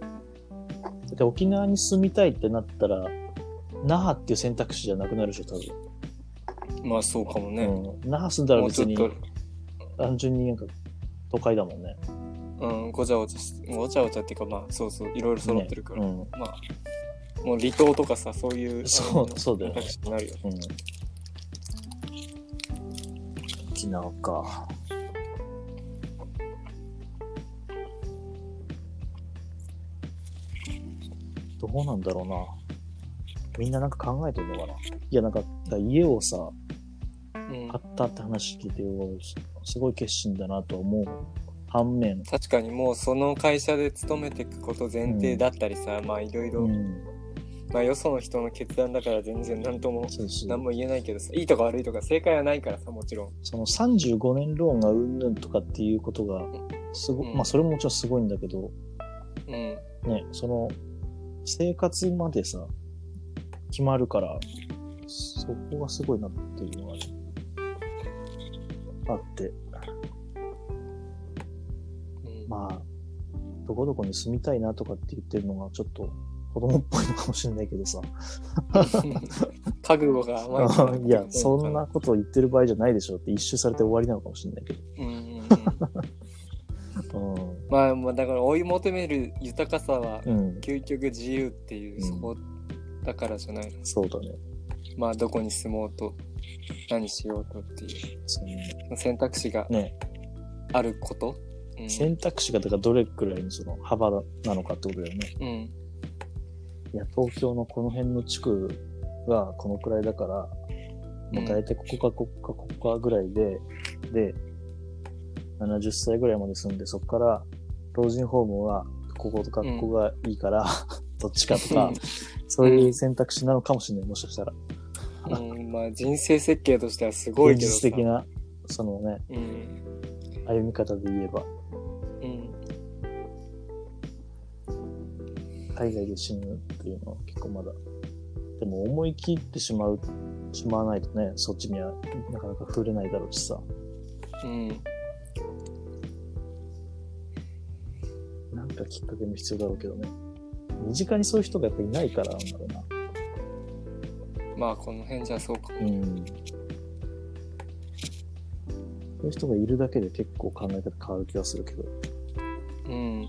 S2: だって沖縄に住みたいってなったら、那覇っていう選択肢じゃなくなるでしょ、多
S1: まあ、そうかもね。
S2: 分。うん、那覇住んだら
S1: もうち
S2: 別
S1: ょっ
S2: に
S1: と、
S2: 単純になんか都会だもんね。
S1: うん、ごちゃごちゃし、ごちゃごちゃっていうか、まあ、そうそう、いろいろ揃ってるから。
S2: ねうん
S1: まあ、もう離島とかさ、そういう、
S2: [laughs] そう
S1: あの
S2: そうだよね
S1: 選択肢になるよ。
S2: うん。沖縄か。どうなんだろうな。みんななんか考えてるのかな。いや、なんか、家をさ、
S1: うん
S2: 買。ったって話聞いて、うわすごい決心だなとは思う。反面、
S1: 確かにもうその会社で勤めていくこと前提だったりさ、まあいろいろ、
S2: うん、
S1: まあよその人の決断だから全然何とも
S2: そうそ
S1: 何
S2: う
S1: も言えないけどさいいとか悪いとか正解はないからさもちろん
S2: その35年ローンがうんぬんとかっていうことが、すご、
S1: うん
S2: まあ、それももちろんすごいんだけど、
S1: うん
S2: ね、その、生活までさ、決まるから、そこがすごいなっていうのが、あって、
S1: うん
S2: まあ、どこどこに住みたいなとかって言ってるのが、ちょっと子供っぽいのかもしれないけどさ、
S1: [laughs] 覚悟が甘いから
S2: [laughs] いや、そんなこと言ってる場合じゃないでしょって一周されて終わりなのかもしれないけ
S1: うんうんうん
S2: ど、
S1: まあまあだから追い求める豊かさは
S2: うん、うん、
S1: 究極自由っていう
S2: うん
S1: そこだからじゃないの、
S2: そうだね。
S1: まあどこに住もうと何しようとっていう
S2: その
S1: 選択肢が
S2: ね、
S1: あること、うん
S2: 選択肢がだからどれくらいのその幅なのかってことだよね。
S1: うん
S2: いや、東京のこの辺の地区がこのくらいだから、もう大体ここかここかここかぐらいで、で、70歳ぐらいまで住んで、そこから老人ホームはこことかここがいいから、 [laughs] どっちかとか
S1: うん、
S2: そういう選択肢なのかもしれない、もしかしたら。
S1: うん、まあ人生設計としてはすごい
S2: 現
S1: けどさ。
S2: 実的な、そのね、
S1: うん。
S2: 歩み方で言えば、
S1: うん。
S2: 海外で死ぬっていうのは結構まだ。でも思い切ってしまう、しまわないとね、そっちにはなかなか触れないだろうしさ。
S1: うん。
S2: なんかきっかけも必要だろうけどね。身近にそういう人がやっぱいないからなんだろうな。
S1: まあこの辺じゃそうか。
S2: うん。そういう人がいるだけで結構考え方変わる気がするけど。
S1: うん。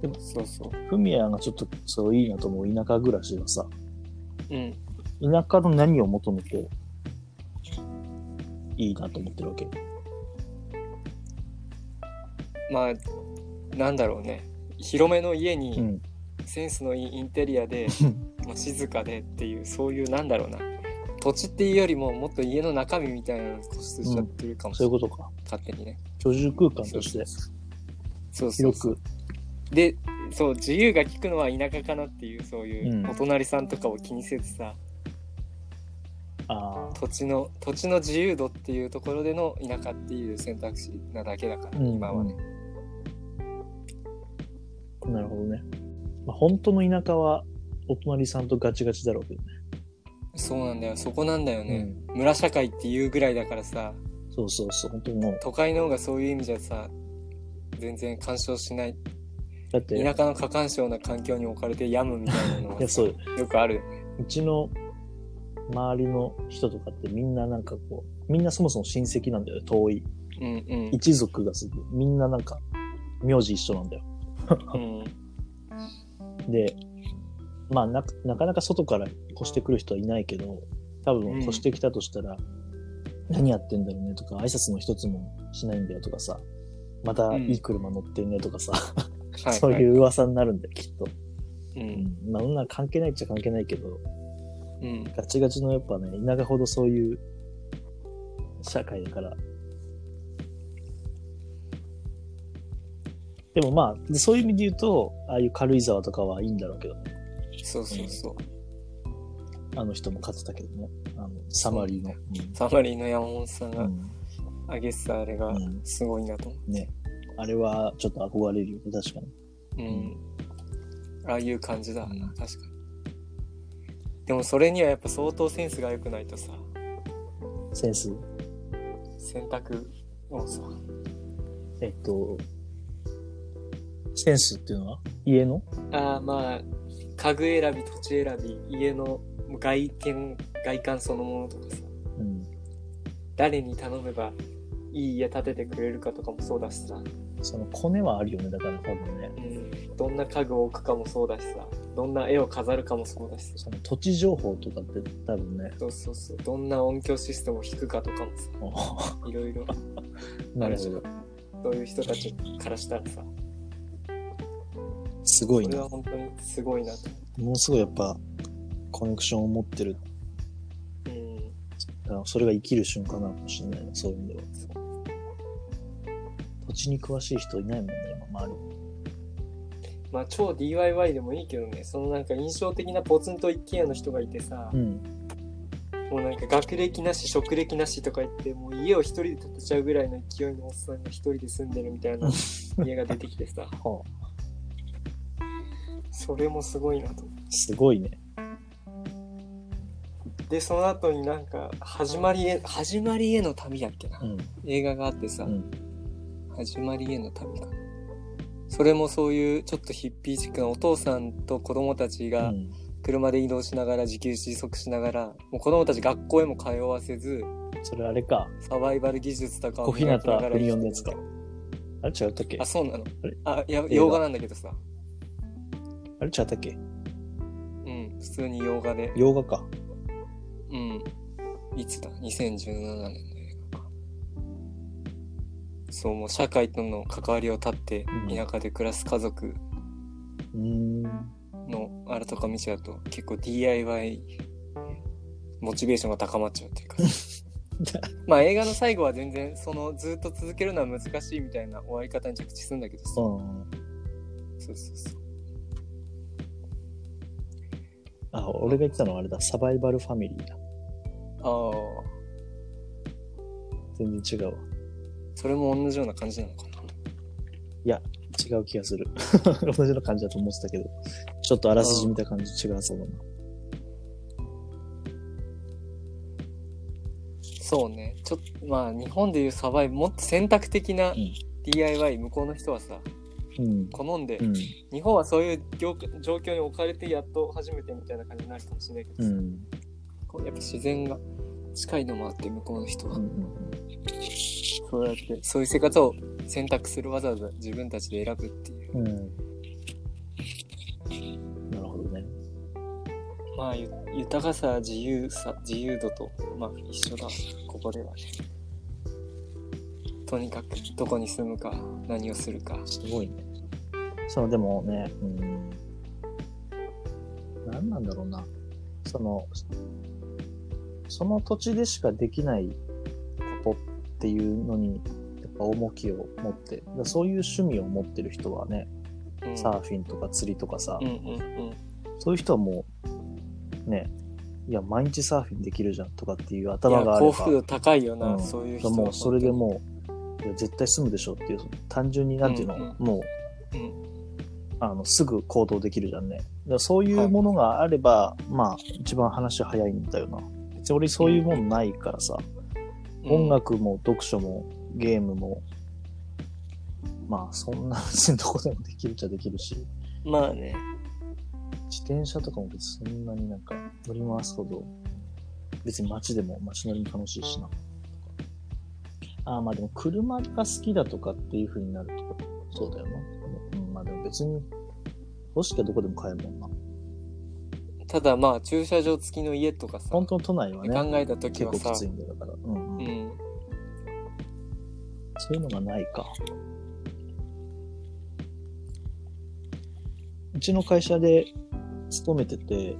S2: でも
S1: そうそう。
S2: フミヤがちょっとそういいなと思う田舎暮らしはさ、
S1: うん。
S2: 田舎の何を求めていいなと思ってるわけ。
S1: まあ、なんだろうね。広めの家
S2: う
S1: に
S2: ん。
S1: センスのいいインテリアで、まあ静かでっていう、そういうなんだろうな。土地っていうよりももっと家の中身みたいなのに固執しちゃってるかもし
S2: そう
S1: れ
S2: いう
S1: ない。
S2: ことか。
S1: 勝手にね。
S2: 居住空間として
S1: そうそう
S2: 広
S1: そう
S2: く。
S1: でそう自由が利くのは田舎かなっていうそういううんお隣さんとかを気にせずさ、
S2: ああ。
S1: 土地の土地の自由度っていうところでの田舎っていう選択肢なだけだから、
S2: うん
S1: 今はね、
S2: なるほどね。まあ、本当の田舎はお隣さんとガチガチだろうけどね。
S1: そうなんだよそこなんだよね、村社会っていうぐらいだからさ
S2: うん。そうそうそう。本当にもう。
S1: 都会の方がそういう意味じゃさ全然干渉しない
S2: だって。
S1: 田舎の過干渉な環境に置かれて病むみたいなの
S2: い
S1: が
S2: や、
S1: さ
S2: そうよ。
S1: よくある
S2: うちの周りの人とかってみんななんかこう、みんなそもそも親戚なんだよ、遠い。
S1: うんうん
S2: 一族がすぐ、みんななんか、名字一緒なんだよ。
S1: うん
S2: で、まあな、なかなか外から越してくる人はいないけど、多分越してきたとしたら、何やってんだろうねとか、挨拶の一つもしないんだよとかさ、またいい車乗ってんねとかさ、
S1: はい
S2: [laughs] そういう噂になるんだよ、きっと。
S1: う。
S2: うんん。まあ、女は関係ないっちゃ関係ないけど、
S1: うん。
S2: ガチガチのやっぱね、田舎ほどそういう社会だから。でもまあ、でそういう意味で言うと、ああいう軽井沢とかはいいんだろうけどね。
S1: そうそうそう。
S2: あの人も勝ってたけどね。あの、サマリーの。
S1: サマリーの山本さん
S2: うん
S1: が上げてたあれが
S2: うん
S1: すごいなと思
S2: うんね。あれはちょっと憧れるよね、確かに。
S1: う。うん。ああいう感じだな、確かに。でもそれにはやっぱ相当センスが良くないとさ、
S2: センス。
S1: 選択をさ、
S2: えっと、センスっていうのは家の
S1: ああまあ、家具選び、土地選び、家の外見、外観そのものとかさ、
S2: うん。
S1: 誰に頼めばいい家建ててくれるかとかもそうだしさ、
S2: そのコネはあるよね、だから多分ね。
S1: うん、どんな家具を置くかもそうだしさどんな絵を飾るかもそうだしさ
S2: その土地情報とかって多分ね。 [laughs]
S1: そうそうそうどんな音響システムを弾くかとかもさいろいろ
S2: なるほど。
S1: そういう人たちからしたらさ
S2: すごい
S1: それ
S2: な
S1: は。本当にすごいなと、
S2: ものすごいやっぱ、コネクションを持ってる。
S1: うん、
S2: あそれが生きる瞬間なのかもしれないね、そういう意味では。
S1: そう
S2: 土地に詳しい人いないもんね、今、周りに。
S1: まあ超 DIY でもいいけどねそのなんか印象的なポツンと一軒家の人がいてさ、
S2: うん。
S1: もうなんか学歴なし職歴なしとか言ってもう家を一人で建てちゃうぐらいの勢いのおっさんが一人で住んでるみたいな家が出てきてさ
S2: は
S1: それもすごいなと思って
S2: あ、すごいね。
S1: でその後になんか始まりへ「始まりへの旅」だっけな、
S2: うん。
S1: 映画があってさ「
S2: うん。
S1: 始まりへの旅か」それもそういうちょっとヒッピーチックなお父さんと子供たち
S2: う
S1: が
S2: ん
S1: 車で移動しながら自給自足しながら、もう子供たち学校へも通わせず
S2: それあれか。
S1: サバイバル技術とかを
S2: 小日向
S1: 磨きながら生き
S2: 文
S1: て
S2: 雄
S1: る
S2: のやつか。あれ違ったっけ
S1: あそうなの
S2: あれ
S1: あいや
S2: 画
S1: 洋画なんだけどさ
S2: あれ違ったっけ
S1: うん普通に洋画で
S2: 洋画か。
S1: うん。いつだ ?2017 年の映画か。そう、もう社会との関わりを断って
S2: うん
S1: 田舎で暮らす家族
S2: うーん。 [laughs]
S1: のあれとか見ちゃうと結構 DIY モチベーションが高まっちゃうって
S2: [laughs]
S1: いうか。まあ映画の最後は全然そのずっと続けるのは難しいみたいな終わり方に着地するんだけどさ。
S2: うん。
S1: そうそうそう。
S2: あ、俺が言ってたのはあれだ。サバイバルファミリーだ。
S1: ああ、
S2: 全然違うわ。
S1: それも同じような感じなのかな。
S2: 違う気がする。 [laughs] 同じような感じだと思ってたけど、ちょっとあらすじ見た感じ違うそうだな。
S1: そうね。ちょっと、まあ日本でいうサバイブ、もっと選択的な
S2: うん
S1: DIY、向こうの人はさ、
S2: うん。
S1: 好んで
S2: うん。
S1: 日本はそういう業界状況に置かれてやっと初めてみたいな感じになるかもしれないけ
S2: う
S1: ど、
S2: ん。
S1: こうやっぱ自然が近いのもあって向こうの人はそうやってそういう生活を選択するわざわざ自分たちで選ぶっていう
S2: うん。なるほどね。
S1: まあゆ豊かさ自由さ自由度とまあ一緒だここではねとにかくどこに住むか何をするか
S2: すごいね。その、でもね、うん。何なんだろうな。その、その土地でしかできないことっていうのに、やっぱ重きを持って、だからそういう趣味を持ってる人はね、
S1: うん
S2: サーフィンとか釣りとかさ、
S1: うんうんうん
S2: そういう人はもう、ね、いや、毎日サーフィンできるじゃんとかっていう
S1: い
S2: 頭
S1: や
S2: があれば。
S1: 幸福度高いよな、
S2: ん
S1: そういう人は
S2: もうそれで
S1: 本
S2: もう、いや絶対住むでしょっていう、単純になんていうの、
S1: うんうん
S2: もう、
S1: 当にうん
S2: あの、すぐ行動できるじゃんね。だからそういうものがあれば、まあ、一番話早いんだよな。別に俺そういうものないからさ、
S1: うん
S2: 音楽も読書もゲームも、まあ、そんな別にどこでもできるっちゃできるし、
S1: まあね
S2: 自転車とかも別にそんなになんか乗り回すほど、別に街でも街乗りも楽しいしな。ああ、まあでも車が好きだとかっていう風になると、そうだよな。うん、まあでも別に、欲しきゃどこでも買えるもんな。
S1: ただまあ駐車場付きの家とかさ
S2: 本当の都内はね、
S1: 考えた時
S2: 結
S1: は
S2: 構
S1: さ
S2: きついんだよだから。うん
S1: う
S2: うん
S1: ん
S2: そういうのがないか。うちの会社で勤めてて、
S1: う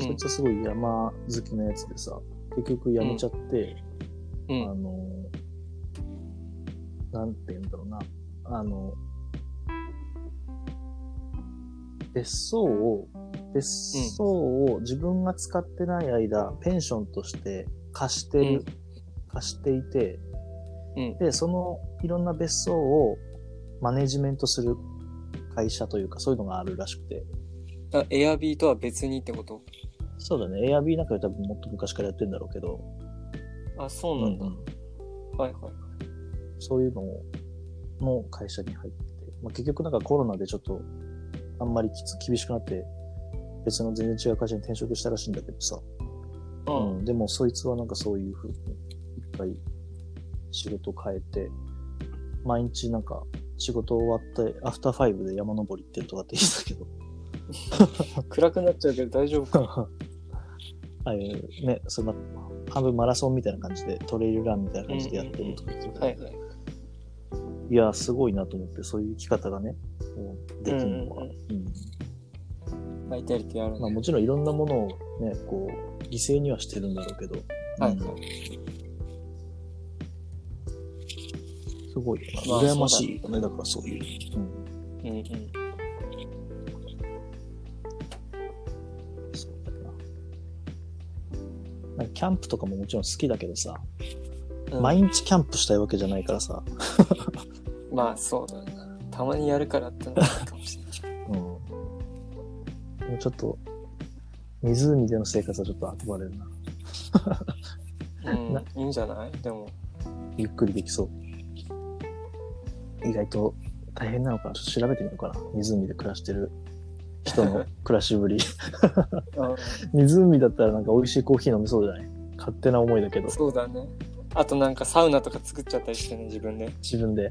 S2: そい
S1: ん
S2: つはすごい山好きなやつでさ、結局辞めちゃって、
S1: う
S2: あ
S1: ん
S2: の、なんて言うんだろうな、あの、別荘を、別荘を自分が使ってない間、ペンションとして貸してる、
S1: うん
S2: 貸していて、
S1: うん
S2: で、そのいろんな別荘をマネジメントする会社というか、そういうのがあるらしくて、
S1: あエアビーとは別にってこと
S2: そうだね、Airb なんかより多分もっと昔からやってんだろうけど、
S1: あそうなんだ、
S2: うん
S1: はいはい
S2: そういうのの会社に入って、まあ、結局なんかコロナでちょっと、あんまりきつ厳しくなって、別の全然違う会社に転職したらしいんだけどさ。
S1: うん、
S2: でもそいつはなんかそういう風に、一回仕事変えて、毎日なんか仕事終わって、アフターファイブで山登り行ってるとかって言ってたけど、 [laughs]
S1: 暗くなっちゃうけど大丈夫か
S2: ああいうね、そんな、半分マラソンみたいな感じで、トレイルランみたいな感じでやってるとか言ってたけど
S1: はいはい
S2: いや、すごいなと思って、そういう生き方がね、こうできるのは。
S1: うんう
S2: うん
S1: バイタリティあるね、
S2: まあ、もちろんいろんなものをね、こう、犠牲にはしてるんだろうけど、
S1: はい
S2: うん
S1: はい
S2: すごいよな、
S1: まあ
S2: 羨ましいよね、だからそういう。うん
S1: うんうん
S2: そうだななんかキャンプとかももちろん好きだけどさ、
S1: うん
S2: 毎日キャンプしたいわけじゃないからさ、
S1: まあそうだなたまにやるからってのはあるかもしれない
S2: うん、もうちょっと、湖での生活はちょっと憧れるな。
S1: うん、いいんじゃないでも、
S2: ゆっくりできそう。意外と大変なのかな、ちょっと調べてみようかな。湖で暮らしてる
S1: [laughs]
S2: 人の暮らしぶり。湖だったらなんか美味しいコーヒー飲みそうじゃない勝手な思いだけど、
S1: そうだね。あとなんかサウナとか作っちゃったりしてね、自分で。
S2: 自分で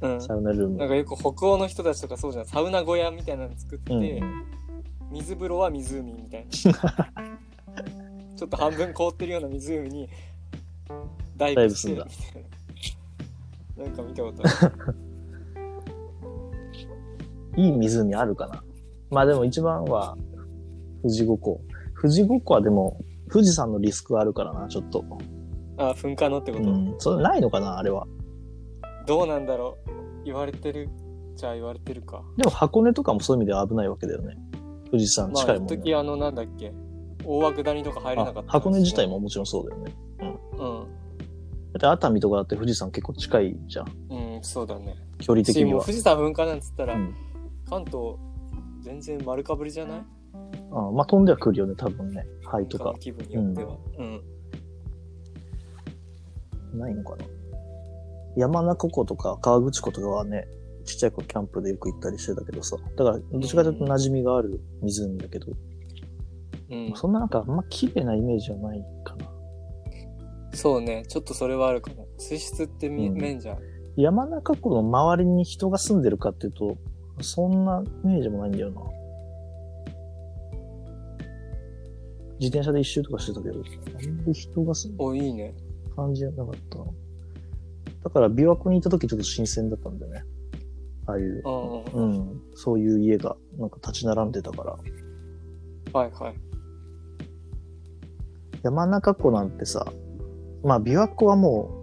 S1: うん。
S2: サウナルーム。
S1: なんかよく北欧の人たちとかそうじゃん。サウナ小屋みたいなの作って、
S2: うんうん、
S1: 水風呂は湖み
S2: [laughs]
S1: たいな。ちょっと半分凍ってるような湖にダイブしてるみたいな。なんか見たことある。
S2: いい湖あるかなまあでも一番は富士五湖。富士五湖はでも富士山のリスクがあるからな、ちょっと。
S1: あ、噴火のってこ
S2: う
S1: と、
S2: ん、それないのかな、あれは。
S1: どうなんだろう言われてるじゃあ言われてるか。
S2: でも箱根とかもそういう意味では危ないわけだよね。富士山
S1: ま
S2: 近
S1: あ、
S2: い
S1: 一
S2: もんね。
S1: 時あの、なんだっけ大涌谷とか入れなか
S2: あ
S1: った。
S2: 箱根自体。ももちろんそうだよね。だって熱海とかだって富士山結構近いじゃん。
S1: うん。うん、そうだね。
S2: 距離的
S1: し
S2: に
S1: もう
S2: は。
S1: 富士山噴火なんつったら、
S2: うん
S1: 関東全然丸かぶりじゃない
S2: あまあ飛んではくるよね、多分ね。灰と
S1: 噴火
S2: か
S1: の。気分によっては、うん
S2: ないのかな山中湖とか川口湖とかはね、ちっちゃい子キャンプでよく行ったりしてたけどさ。だから、どっちかというと馴染みがある湖だけど、
S1: うんそ
S2: そんななんかあんま綺麗なイメージはないかな。
S1: うねちょっとそれはあるかも水質ってみ、
S2: うん
S1: 面じゃん
S2: 山中湖の周りに人が住んでるかっていうと、そんなイメージもないんだよな。自転車で一周とかしてたけど、あんまり人が住んで
S1: おいいね
S2: る感じじゃなかったな。だから琵琶湖に行った時ちょっと新鮮だったんだよね。ああいう
S1: う、ん、うん、
S2: うん、そういう家がなんか立ち並んでたから。
S1: はいはい
S2: 山中湖なんてさ、まあ琵琶湖はも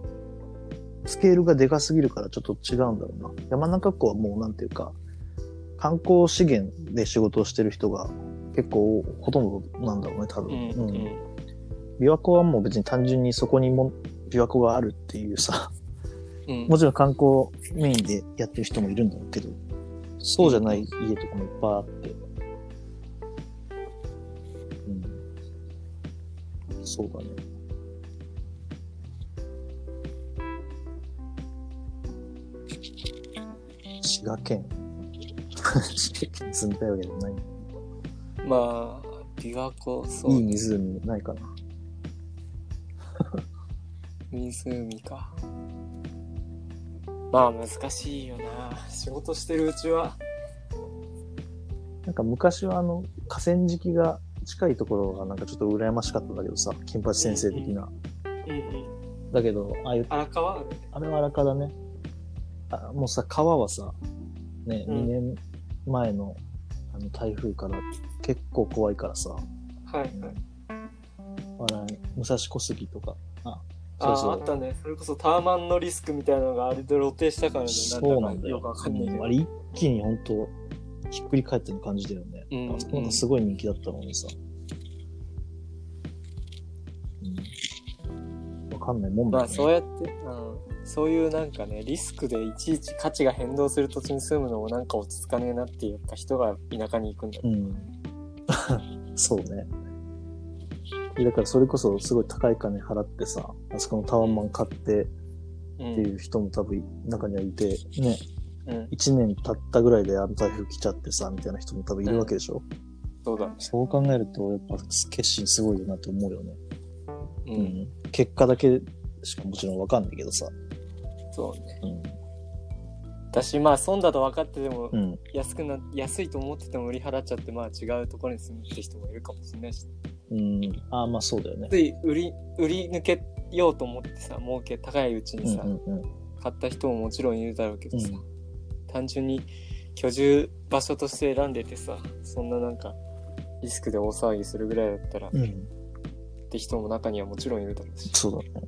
S2: う、スケールがでかすぎるからちょっと違うんだろうな。山中湖はもうなんていうか、観光資源で仕事をしてる人が結構ほとんどなんだろうね、多
S1: う
S2: 分。
S1: ん
S2: う
S1: うんん、
S2: 琵琶湖はもう別に単純にそこにも琵琶湖があるっていうさ、
S1: うん
S2: もちろん観光メインでやってる人もいるんだろうけど、そうじゃない家とかもいっぱいあって。うん。そうだね。滋賀県。 [laughs] 滋賀県に住みたいわけじゃない。
S1: まあ琵琶湖そう、
S2: いい湖ないかな。
S1: 湖かまあ難しいよな仕事してるうちは
S2: なんか昔はあの、河川敷が近いところがなんかちょっと羨ましかったんだけどさ、金八先生的な。
S1: うんうん
S2: だけど、ああいう、
S1: 荒川ある
S2: あれは荒川だね。あもうさ、川はさ、ね、
S1: うん
S2: 2年前のあの台風から結構怖いからさ、
S1: はいはい。
S2: 笑い、武蔵小杉とか、あ、
S1: あ
S2: そうそう
S1: ああったね。それこそタワマンのリスクみたいなのがあれで露呈したからね。
S2: そうなんだよ。
S1: よくわかんないけ
S2: うん
S1: ど
S2: あ。れ一気に本当ひっくり返ったの感じだよね。
S1: うん
S2: あそこなんかすごい人気だったのにさ。うんわかんないもん
S1: ま
S2: だよ
S1: あ
S2: ね。
S1: そうやって、うん、そういうなんかね、リスクでいちいち価値が変動する土地に住むのもなんか落ち着かねえなっていうか人が田舎に行くんだよ。
S2: うん。 [laughs] そうね。だからそれこそすごい高い金払ってさ、あそこのタワーマン買ってっ
S1: うん
S2: ていう人も多分中にはいて、ね、
S1: うん、
S2: 1年経ったぐらいであの台風来ちゃってさ、みたいな人も多分いるわけでしょ。
S1: そうだね。
S2: そう考えると、やっぱ決心すごいよなと思うよね。
S1: う、
S2: うんん。結果だけしかもちろんわかんないけどさ。
S1: そうね。
S2: うん。
S1: 私まあ損だと分かってても、
S2: うん。
S1: 安くな安いと思ってても売り払っちゃってまあ違うところに住むって人もいるかもしれないし、
S2: うん、ああ、まあそうだよね。
S1: つい売り売り抜けようと思ってさ儲け高いうち
S2: うん
S1: に
S2: う
S1: さ、
S2: んうん。
S1: 買った人ももちろんいるだろうけどさ、
S2: うん
S1: 単純に居住場所として選んでてさそんななんかリスクで大騒ぎするぐらいだったら、
S2: うん。
S1: って人も中にはもちろんいるだろうし
S2: そうだね。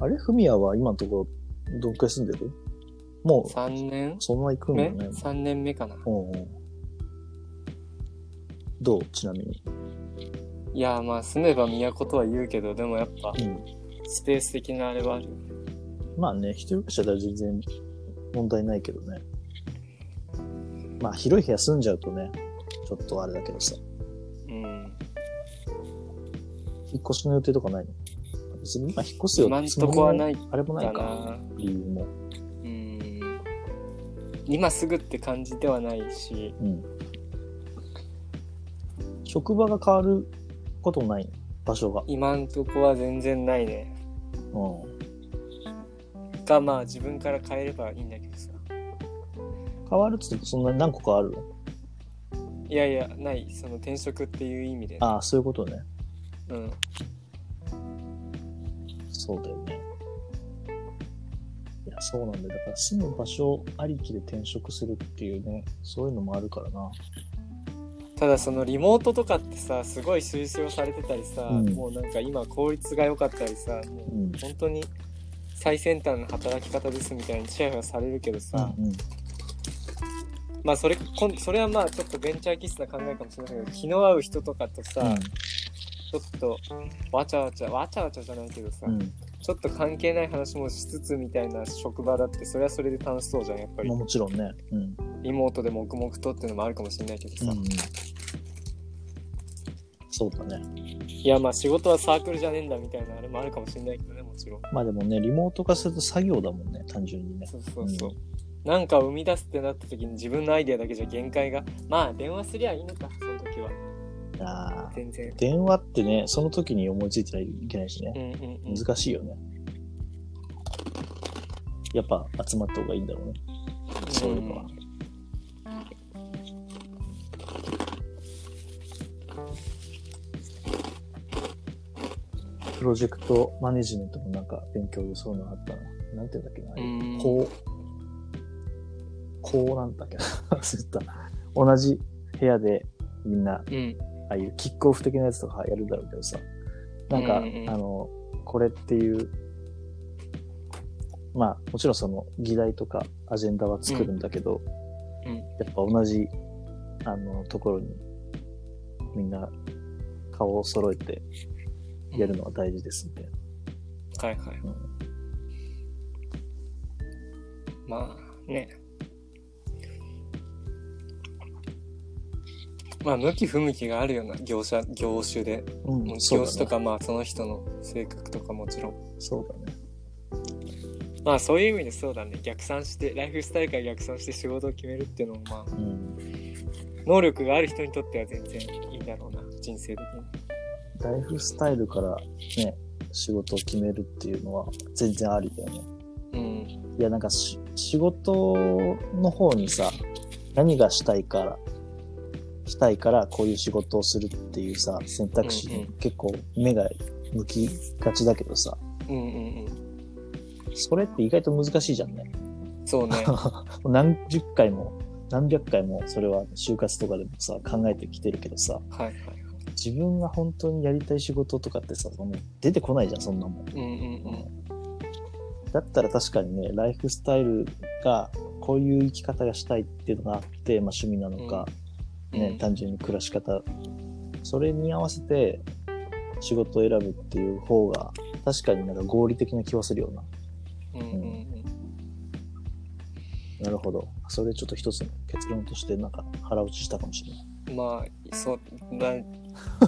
S2: あれフミヤは今のところ、どんくらい住んでるもう、
S1: 3年
S2: そんな行くんだ
S1: 目、
S2: よね。
S1: 3年目かな
S2: うんうん。どうちなみに。
S1: いやまあ住めば都とは言うけどでもやっぱ
S2: うん。
S1: スペース的なあれはあるよね
S2: まあね、一人暮らしだったら全然問題ないけどね。まあ、広い部屋住んじゃうとね、ちょっとあれだけどさ。
S1: うん
S2: 引っ越しの予定とかないの別に今引っ越すよ
S1: 今んとこはない
S2: あれもない
S1: だ
S2: か。
S1: な
S2: 理由も。
S1: うん今すぐって感じではないし
S2: うん。職場が変わることない場所が。
S1: 今んとこは全然ないね
S2: うん。
S1: がまあ自分から変えればいいんだけどさ
S2: 変わるっつってそんな何個かあるの
S1: いやいやないその転職っていう意味で、
S2: ああ、そういうことね。
S1: うん、
S2: そうだよね。いや、そうなんだよ。だから住む場所ありきで転職するっていうね、そういうのもあるからな。
S1: ただそのリモートとかってさすごい推奨されてたりさ、
S2: うん
S1: もうなんか今効率が良かったりさも
S2: うん
S1: う本当に最先端の働き方ですみたいにチヤホヤされるけどさ、
S2: うんうん。
S1: まあそれこんそれはまあちょっとベンチャー気質な考えかもしれないけど気の合う人とかとさ、
S2: うん
S1: ちょっとわちゃわちゃわちゃわちゃじゃないけどさ、
S2: うん
S1: ちょっと関係ない話もしつつみたいな職場だってそれはそれで楽しそうじゃんやっぱり
S2: まあ、もちろんね。うん。
S1: リモートで黙々とっていうのもあるかもしれないけど
S2: う
S1: さ、
S2: んうん。そうだね。
S1: いやまあ仕事はサークルじゃねえんだみたいなあれもあるかもしれないけどねもちろん
S2: まあでもね、リモート化すると作業だもんね、単純にね。
S1: そうそうそう、
S2: う
S1: なんか生み出すってなった時に自分のアイデアだけじゃ限界がまあ電話すりゃいいのかその時は
S2: ああ。
S1: 全然
S2: 電話ってね、その時に思いついてないといけないし
S1: うん
S2: ね。
S1: うんうん
S2: 難しいよね。やっぱ集まった方がいいんだろうね。そういうのは。プロジェクトマネジメントのなんか勉強でそういうのあったな。なんていうんだっけな。
S1: うん
S2: こう、こうなんだっけな。忘れた。同じ部屋でみんな、
S1: うん
S2: ああいうキックオフ的なやつとかやるだろうけどさ。なんか、
S1: うんうんうん
S2: あの、これっていう、まあ、もちろんその議題とかアジェンダは作るんだけど、
S1: うん
S2: やっぱ同じ、あの、ところにみんな顔を揃えてやるのは大事ですみたいな。
S1: はいはい、
S2: うん
S1: まあねまあ向き不向きがあるような業者業種で、
S2: うん
S1: もう
S2: そう
S1: 業
S2: だ
S1: 種と
S2: ね。
S1: かまあその人の性格とかもちろん
S2: そうだね。
S1: まあそういう意味でそうだね逆算してライフスタイルから逆算して仕事を決めるっていうのもまあ
S2: うん。
S1: 能力がある人にとっては全然いいんだろうな人生的
S2: ライフスタイルからね、仕事を決めるっていうのは全然ありだよね。
S1: に
S2: いや、なんかし、仕事の方にさ、何がしたいから、したいからこういう仕事をするっていうさ選択肢
S1: うんう
S2: に
S1: ん
S2: 結構目が向きがちだけどさ
S1: うんうんうん
S2: それって意外と難しいじゃんね
S1: そう
S2: [laughs]
S1: ね
S2: 何十回も何百回もそれは就活とかでもさ考えてきてるけどさ
S1: はいはい
S2: 自分が本当にやりたい仕事とかってさその出てこないじゃんそんなもん
S1: うんうん
S2: だったら確かにねライフスタイルがこういう生き方がしたいっていうのがあって、まあ、趣味なのか、
S1: うん
S2: ね単純に暮らし方それに合わせて仕事を選ぶっていう方が確かになんか合理的な気はするような
S1: うんうんうん
S2: なるほどそれちょっと一つの結論としてなんか腹落ちしたかもしれな
S1: う
S2: い、
S1: んまあそうな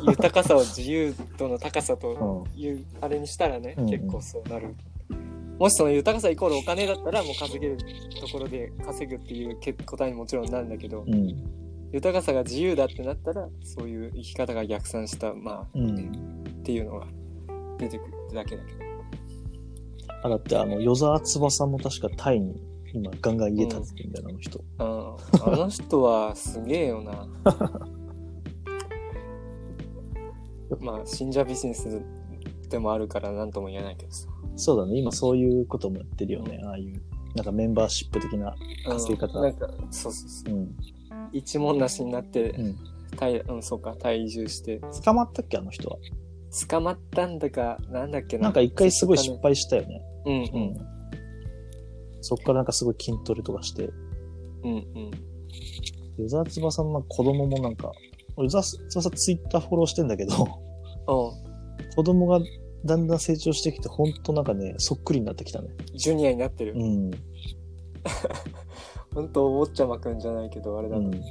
S1: 豊かさを自由度の高さと
S2: うん、
S1: いうあれにしたらね、
S2: うんうん
S1: 結構そうなるもしその豊かさイコールお金だったらもう稼げるところで稼ぐっていうけ答えにもちろんなるんだけど、
S2: うん
S1: 豊かさが自由だってなったらそういう生き方が逆算したまあ、
S2: うん
S1: っていうのが出てくるだけだけど
S2: あだってあの与沢翼も確かタイに今ガンガン家建ててるんだよな、あの人
S1: あーあの人はすげえよな
S2: [laughs]
S1: まあ信者ビジネスでもあるから何とも言えないけどさ
S2: そうだね今そういうこともやってるよね、ああいうなんかメンバーシップ的な稼ぎ方
S1: うんなんかそうそうそう
S2: うん、
S1: 一文なしになって、
S2: うん、
S1: タイうん、そうか退住して
S2: 捕まったっけあの人は
S1: 捕まったんだかなんだっけな
S2: なんか一回すごい失敗したよね
S1: うんう
S2: うんんそっからなんかすごい筋トレとかして、
S1: うんうん
S2: 与沢翼の子供もなんか、与沢翼ツイッターフォローしてんだけど、 [laughs]
S1: お
S2: 子供がだんだん成長してきて、ほんとなんかね、そっくりになってきたね。
S1: ジュニアになってる、
S2: うん。
S1: ほんとお坊ちゃまくんじゃないけどあれだ
S2: う
S1: な、
S2: ん。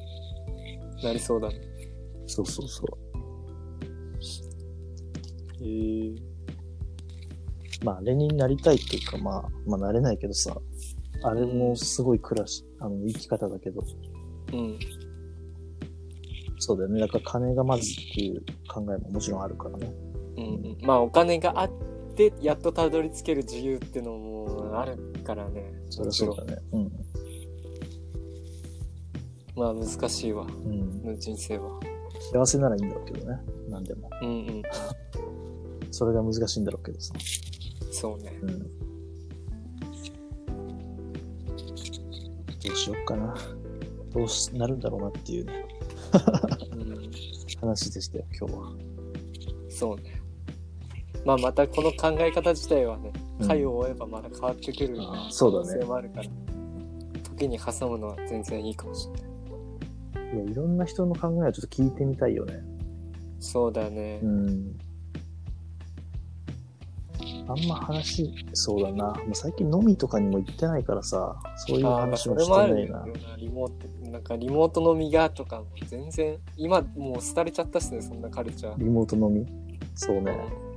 S1: なりそうだね
S2: そうそうそ
S1: へえ
S2: う。まあ、あれになりたいっていうか、まあ、まあ、なれないけどさ、あれもすごい暮らし、あの、生き方だけど、
S1: うん
S2: そうだよね。だから金がまずっていう考えももちろんあるからね。
S1: うんうんまあお金があってやっとたどり着ける自由ってのもあるからね
S2: それはそうだね。うん。
S1: まあ難しいわ
S2: うん。
S1: 人生は
S2: 幸せならいいんだろうけどね。なんでも。
S1: うんうん
S2: それが難しいんだろうけどさ。
S1: そうね
S2: うん。どうしよっかな。どうしなるんだろうなっていうね、
S1: うん
S2: 話でしたよ、今日は。
S1: そうねまあまたこの考え方自体はね
S2: うん
S1: 回を追えばまた変わってくる
S2: あー
S1: 可
S2: そう
S1: 能
S2: だ
S1: 性
S2: ね。
S1: もあるから、時に挟むのは全然いいかもしれない
S2: いや、いろんな人の考えをちょっと聞いてみたいよね。
S1: そうだね
S2: うん。あんま話、そうだな。もう最近飲みとかにも行ってないからさ、そういう
S1: ああ
S2: 話
S1: そ
S2: も
S1: れ
S2: して
S1: もあ
S2: な
S1: る
S2: い
S1: よ
S2: な
S1: な。リモートなんかリモート飲みがとかも全然今もう廃れちゃったっすねそんなカルチャー、
S2: リモート飲みそうね。
S1: うん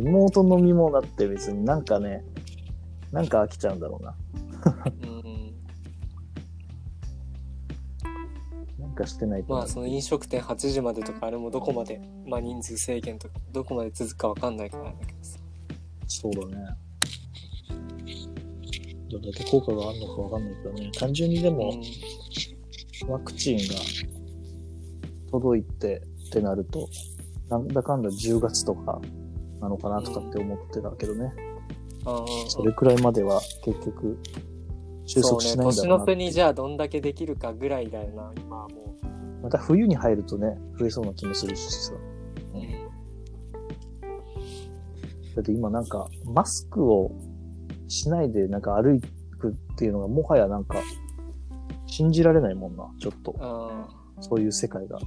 S2: リモート飲みもだって別になんかね、なんか飽きちゃうんだろうな。
S1: うん
S2: なんかしてないと
S1: ま
S2: な
S1: あその飲食店8時までとかあれもどこまで、まあ、人数制限とかどこまで続くかわかんないからだけどさ
S2: そうだね。どれだけ効果があるのかわかんないけどね。単純にで
S1: う
S2: も
S1: ん、
S2: ワクチンが届いてってなると、なんだかんだ10月とかなのかなとかって思ってたけどね。
S1: ああ
S2: それくらいまでは結局収
S1: そう
S2: 束
S1: ね
S2: しないんだ
S1: 年
S2: ろう
S1: の
S2: な。
S1: 瀬にじゃあどんだけできるかぐらいだよな今はも
S2: また冬に入るとね、増えそうな気もするしさ。
S1: う、うん
S2: だって今なんかマスクをしないでなんか歩くっていうのがもはやなんか信じられないもんな、ちょっと。
S1: ああ
S2: そういう世界が。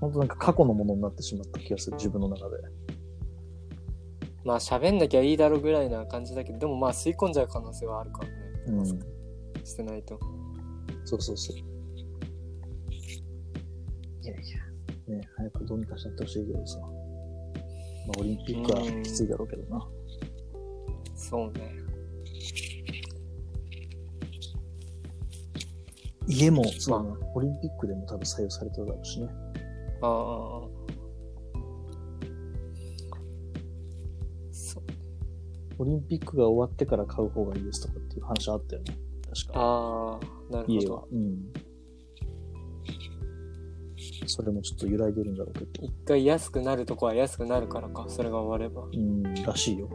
S2: 本当なんか過去のものになってしまった気がする、自分の中で。
S1: まあ喋んなきゃいいだろうぐらいな感じだけどでもまあ吸い込んじゃう可能性はあるからね、
S2: うん。
S1: してないと
S2: そうそうそう。いやいや。ね早くどうにかしちゃってほしいけどさ。まあ、オリンピックはきついだろうけどな。
S1: そうね
S2: 家も、そうだな。オリンピックでも多分採用されてるだろうしね。
S1: ああそう
S2: オリンピックが終わってから買う方がいいですとかっていう話あったよね。確か。
S1: ああなるほ
S2: 家
S1: ど
S2: は。うん。それもちょっと揺らいでるんだろうけど。
S1: 一回安くなるとこは安くなるからか、それが終われば。
S2: うん、らしいよ。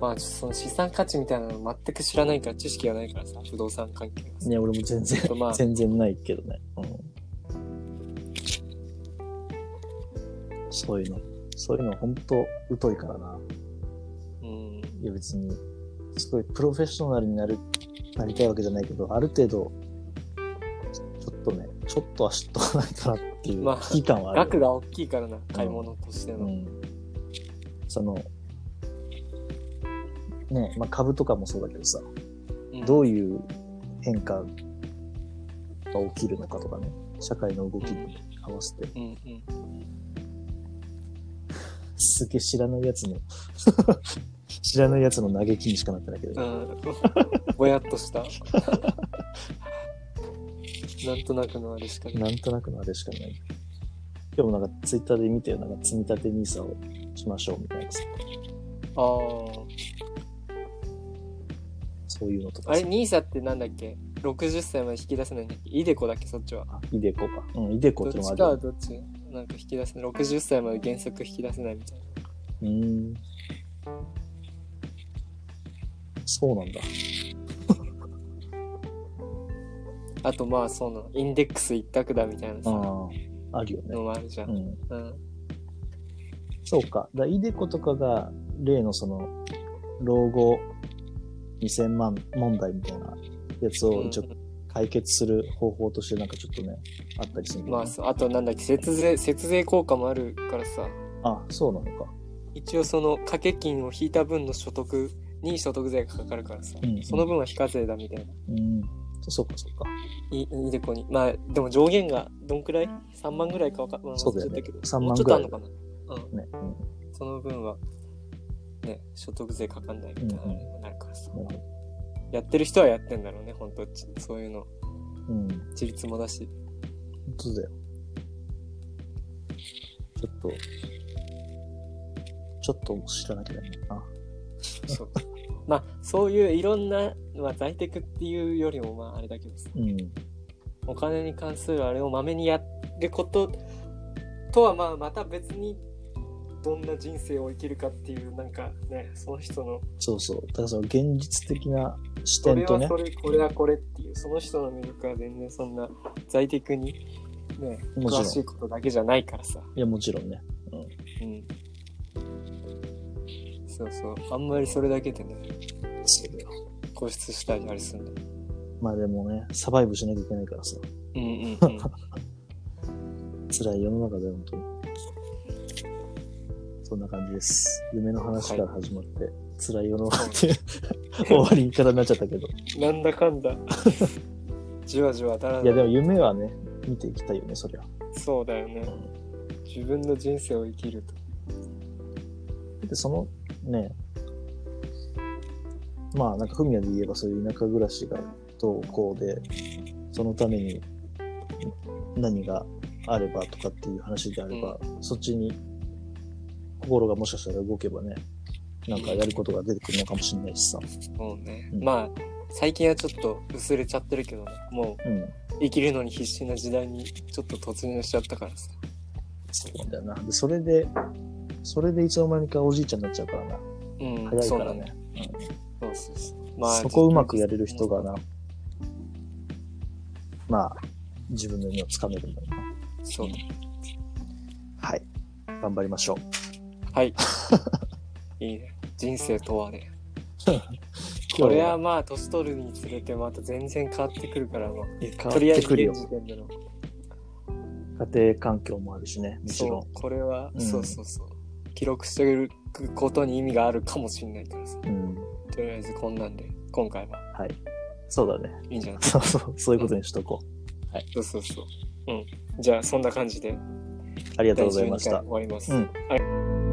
S1: まあ、ちょっとその資産価値みたいなの全く知らないから、知識がないからさ、不動産関係はさ。
S2: ね、俺も全然
S1: ちょっとまあ、
S2: 全然ないけどね。うん。そういうの。そういうの本当疎いからな。
S1: うん。
S2: いや別に、すごいプロフェッショナルになる、なりたいわけじゃないけど、ある程度、ちょっとね、ちょっとは知っとかないとなっていう
S1: まあ
S2: 危機感はある。
S1: 額が大きいからな、買い物として
S2: う
S1: の。
S2: ん。その、ね、まあ株とかもそうだけどさ、
S1: うん
S2: どういう変化が起きるのかとかね、社会の動きに合わせて、
S1: うんうん。
S2: すげえ知らないやつの、 [laughs] 知らないやつの嘆きにしかなってないけど、
S1: うん。ぼやっとした。 [laughs] なんとなくのあれしかない。
S2: なんとなくのあれしかない。今日もなんかツイッターで見てよ、なんか積み立て NISA をしましょうみたいなさ、
S1: ああ。
S2: そういうのとか
S1: あ
S2: さ
S1: れ、ニーサってなんだっけ ?60 歳まで引き出せないんだっけイデコだっけそっちは。
S2: あイデコか。うん、イデコ
S1: ど
S2: っ
S1: ってち
S2: のもある
S1: か
S2: よ
S1: はどっちなんか引き出せない。60歳まで原則引き出せないみたいな。
S2: うーん。そうなんだ。
S1: あとまあそうなの。インデックス一択だみたいなさ、
S2: ああ、あるよね
S1: の。もあるじゃ。
S2: うんん。
S1: うん。
S2: そうか。だイデコとかが、例のその、老後2000万問題みたいなやつを一応解決する方法としてなんかちょっとね、あったりするんだよ
S1: まあ
S2: ね
S1: そう、あとなんだっけ節税、節税効果もあるからさ、
S2: あ、そうなのか。
S1: 一応その掛け金を引いた分の所得に所得税がかかるからさ、
S2: うんうん
S1: その分は非課税だみたいな。
S2: うん。そうか、そうか。
S1: いイデコに。まあでも上限がどんくらい ?3 万ぐらいかわかんない。
S2: そうだよね
S1: 忘れちゃったけど
S2: 3万
S1: もうちょっとあんのかなうん。
S2: ね。うん。
S1: その分は、ね、所得税かかんないみたいなのにもなるからさ、
S2: なるほ
S1: やってる人はやってんだろうね、本当ちそういうの。
S2: ど。うん。本
S1: 自立もだし。
S2: 当だよ。ちょっと、ちょっと知らなきゃダメだな。
S1: そう。
S2: [laughs]
S1: まあ、そういういろんな、まあ、在宅っていうよりも、まあ、あれだけどさ、
S2: うん。
S1: お金に関するあれをまめにやることとは、まあ、また別に、どんな人生を生きるかっていう、なんかね、その人の、
S2: そうそう。だからその現実的な視
S1: それ
S2: 点と
S1: は
S2: ね
S1: そ、れ、これはこれっていう、その人の魅力は全然そんな、在宅に、ね、
S2: もちろん
S1: 詳しいことだけじゃないからさ。
S2: いやもちろんね、
S1: うん。そうそう。あんまりそれだけでね、固執したりあれすんだ。
S2: まあでもね、サバイブしなきゃいけないからさ、
S1: うんうんうん。
S2: 辛い世の中だよ、本当に。そんな感じです。夢の話から始まって、辛い世の中っていう終わりからなっちゃったけど。
S1: [laughs]
S2: い
S1: なんだかんだ。 [laughs] じわじわだらだ
S2: や
S1: ら
S2: でも夢はね、見ていきたいよね、そりゃ。
S1: そうだよね。自分の人生を生きると。
S2: で、その、ね、まあなんか、ふみやで言えばそういう田舎暮らしがどうこうで、そのために何があればとかっていう話であれば、そっちに心がもしかしたら動けばね、なんかやることが出てくるのかもしれないしさ。
S1: もうね。
S2: うん
S1: まあ、最近はちょっと薄れちゃってるけどね。も
S2: うん。
S1: う生きるのに必死な時代にちょっと突入しちゃったからさ。
S2: そうなんだよな。で、それで、それでいつの間にかおじいちゃんになっちゃうからな。
S1: うん、
S2: 早い
S1: そう
S2: か
S1: な
S2: ら
S1: んだよ。
S2: ね。うん
S1: そうそうそう。
S2: そこをうまくやれる人がな、まあ、自分の夢をつかめるんだろうな。
S1: そうだ。
S2: はい。頑張りましょう。
S1: はい。 [laughs] いいね。人生とはね。
S2: 今
S1: こ
S2: 日
S1: れは、まあ年取るにつれてまた全然変わってくるから、まあ、
S2: え変わ
S1: とりあ
S2: っ
S1: え
S2: て
S1: ず
S2: くるよ
S1: 現。時点での
S2: 家庭環境もあるしね、もちろ
S1: そ
S2: ん。
S1: うこれは、
S2: うん
S1: そうそうそう記録してることに意味があるかもしれないからさ
S2: うん。
S1: とりあえずこんなんで今回は
S2: はい。そうだね。
S1: いいんじゃない
S2: そうそう、そういうことにしとこう。
S1: そうそうそううんじゃあそんな感じで
S2: ありがとうございまし
S1: 第12
S2: た
S1: 回。終わります、
S2: うん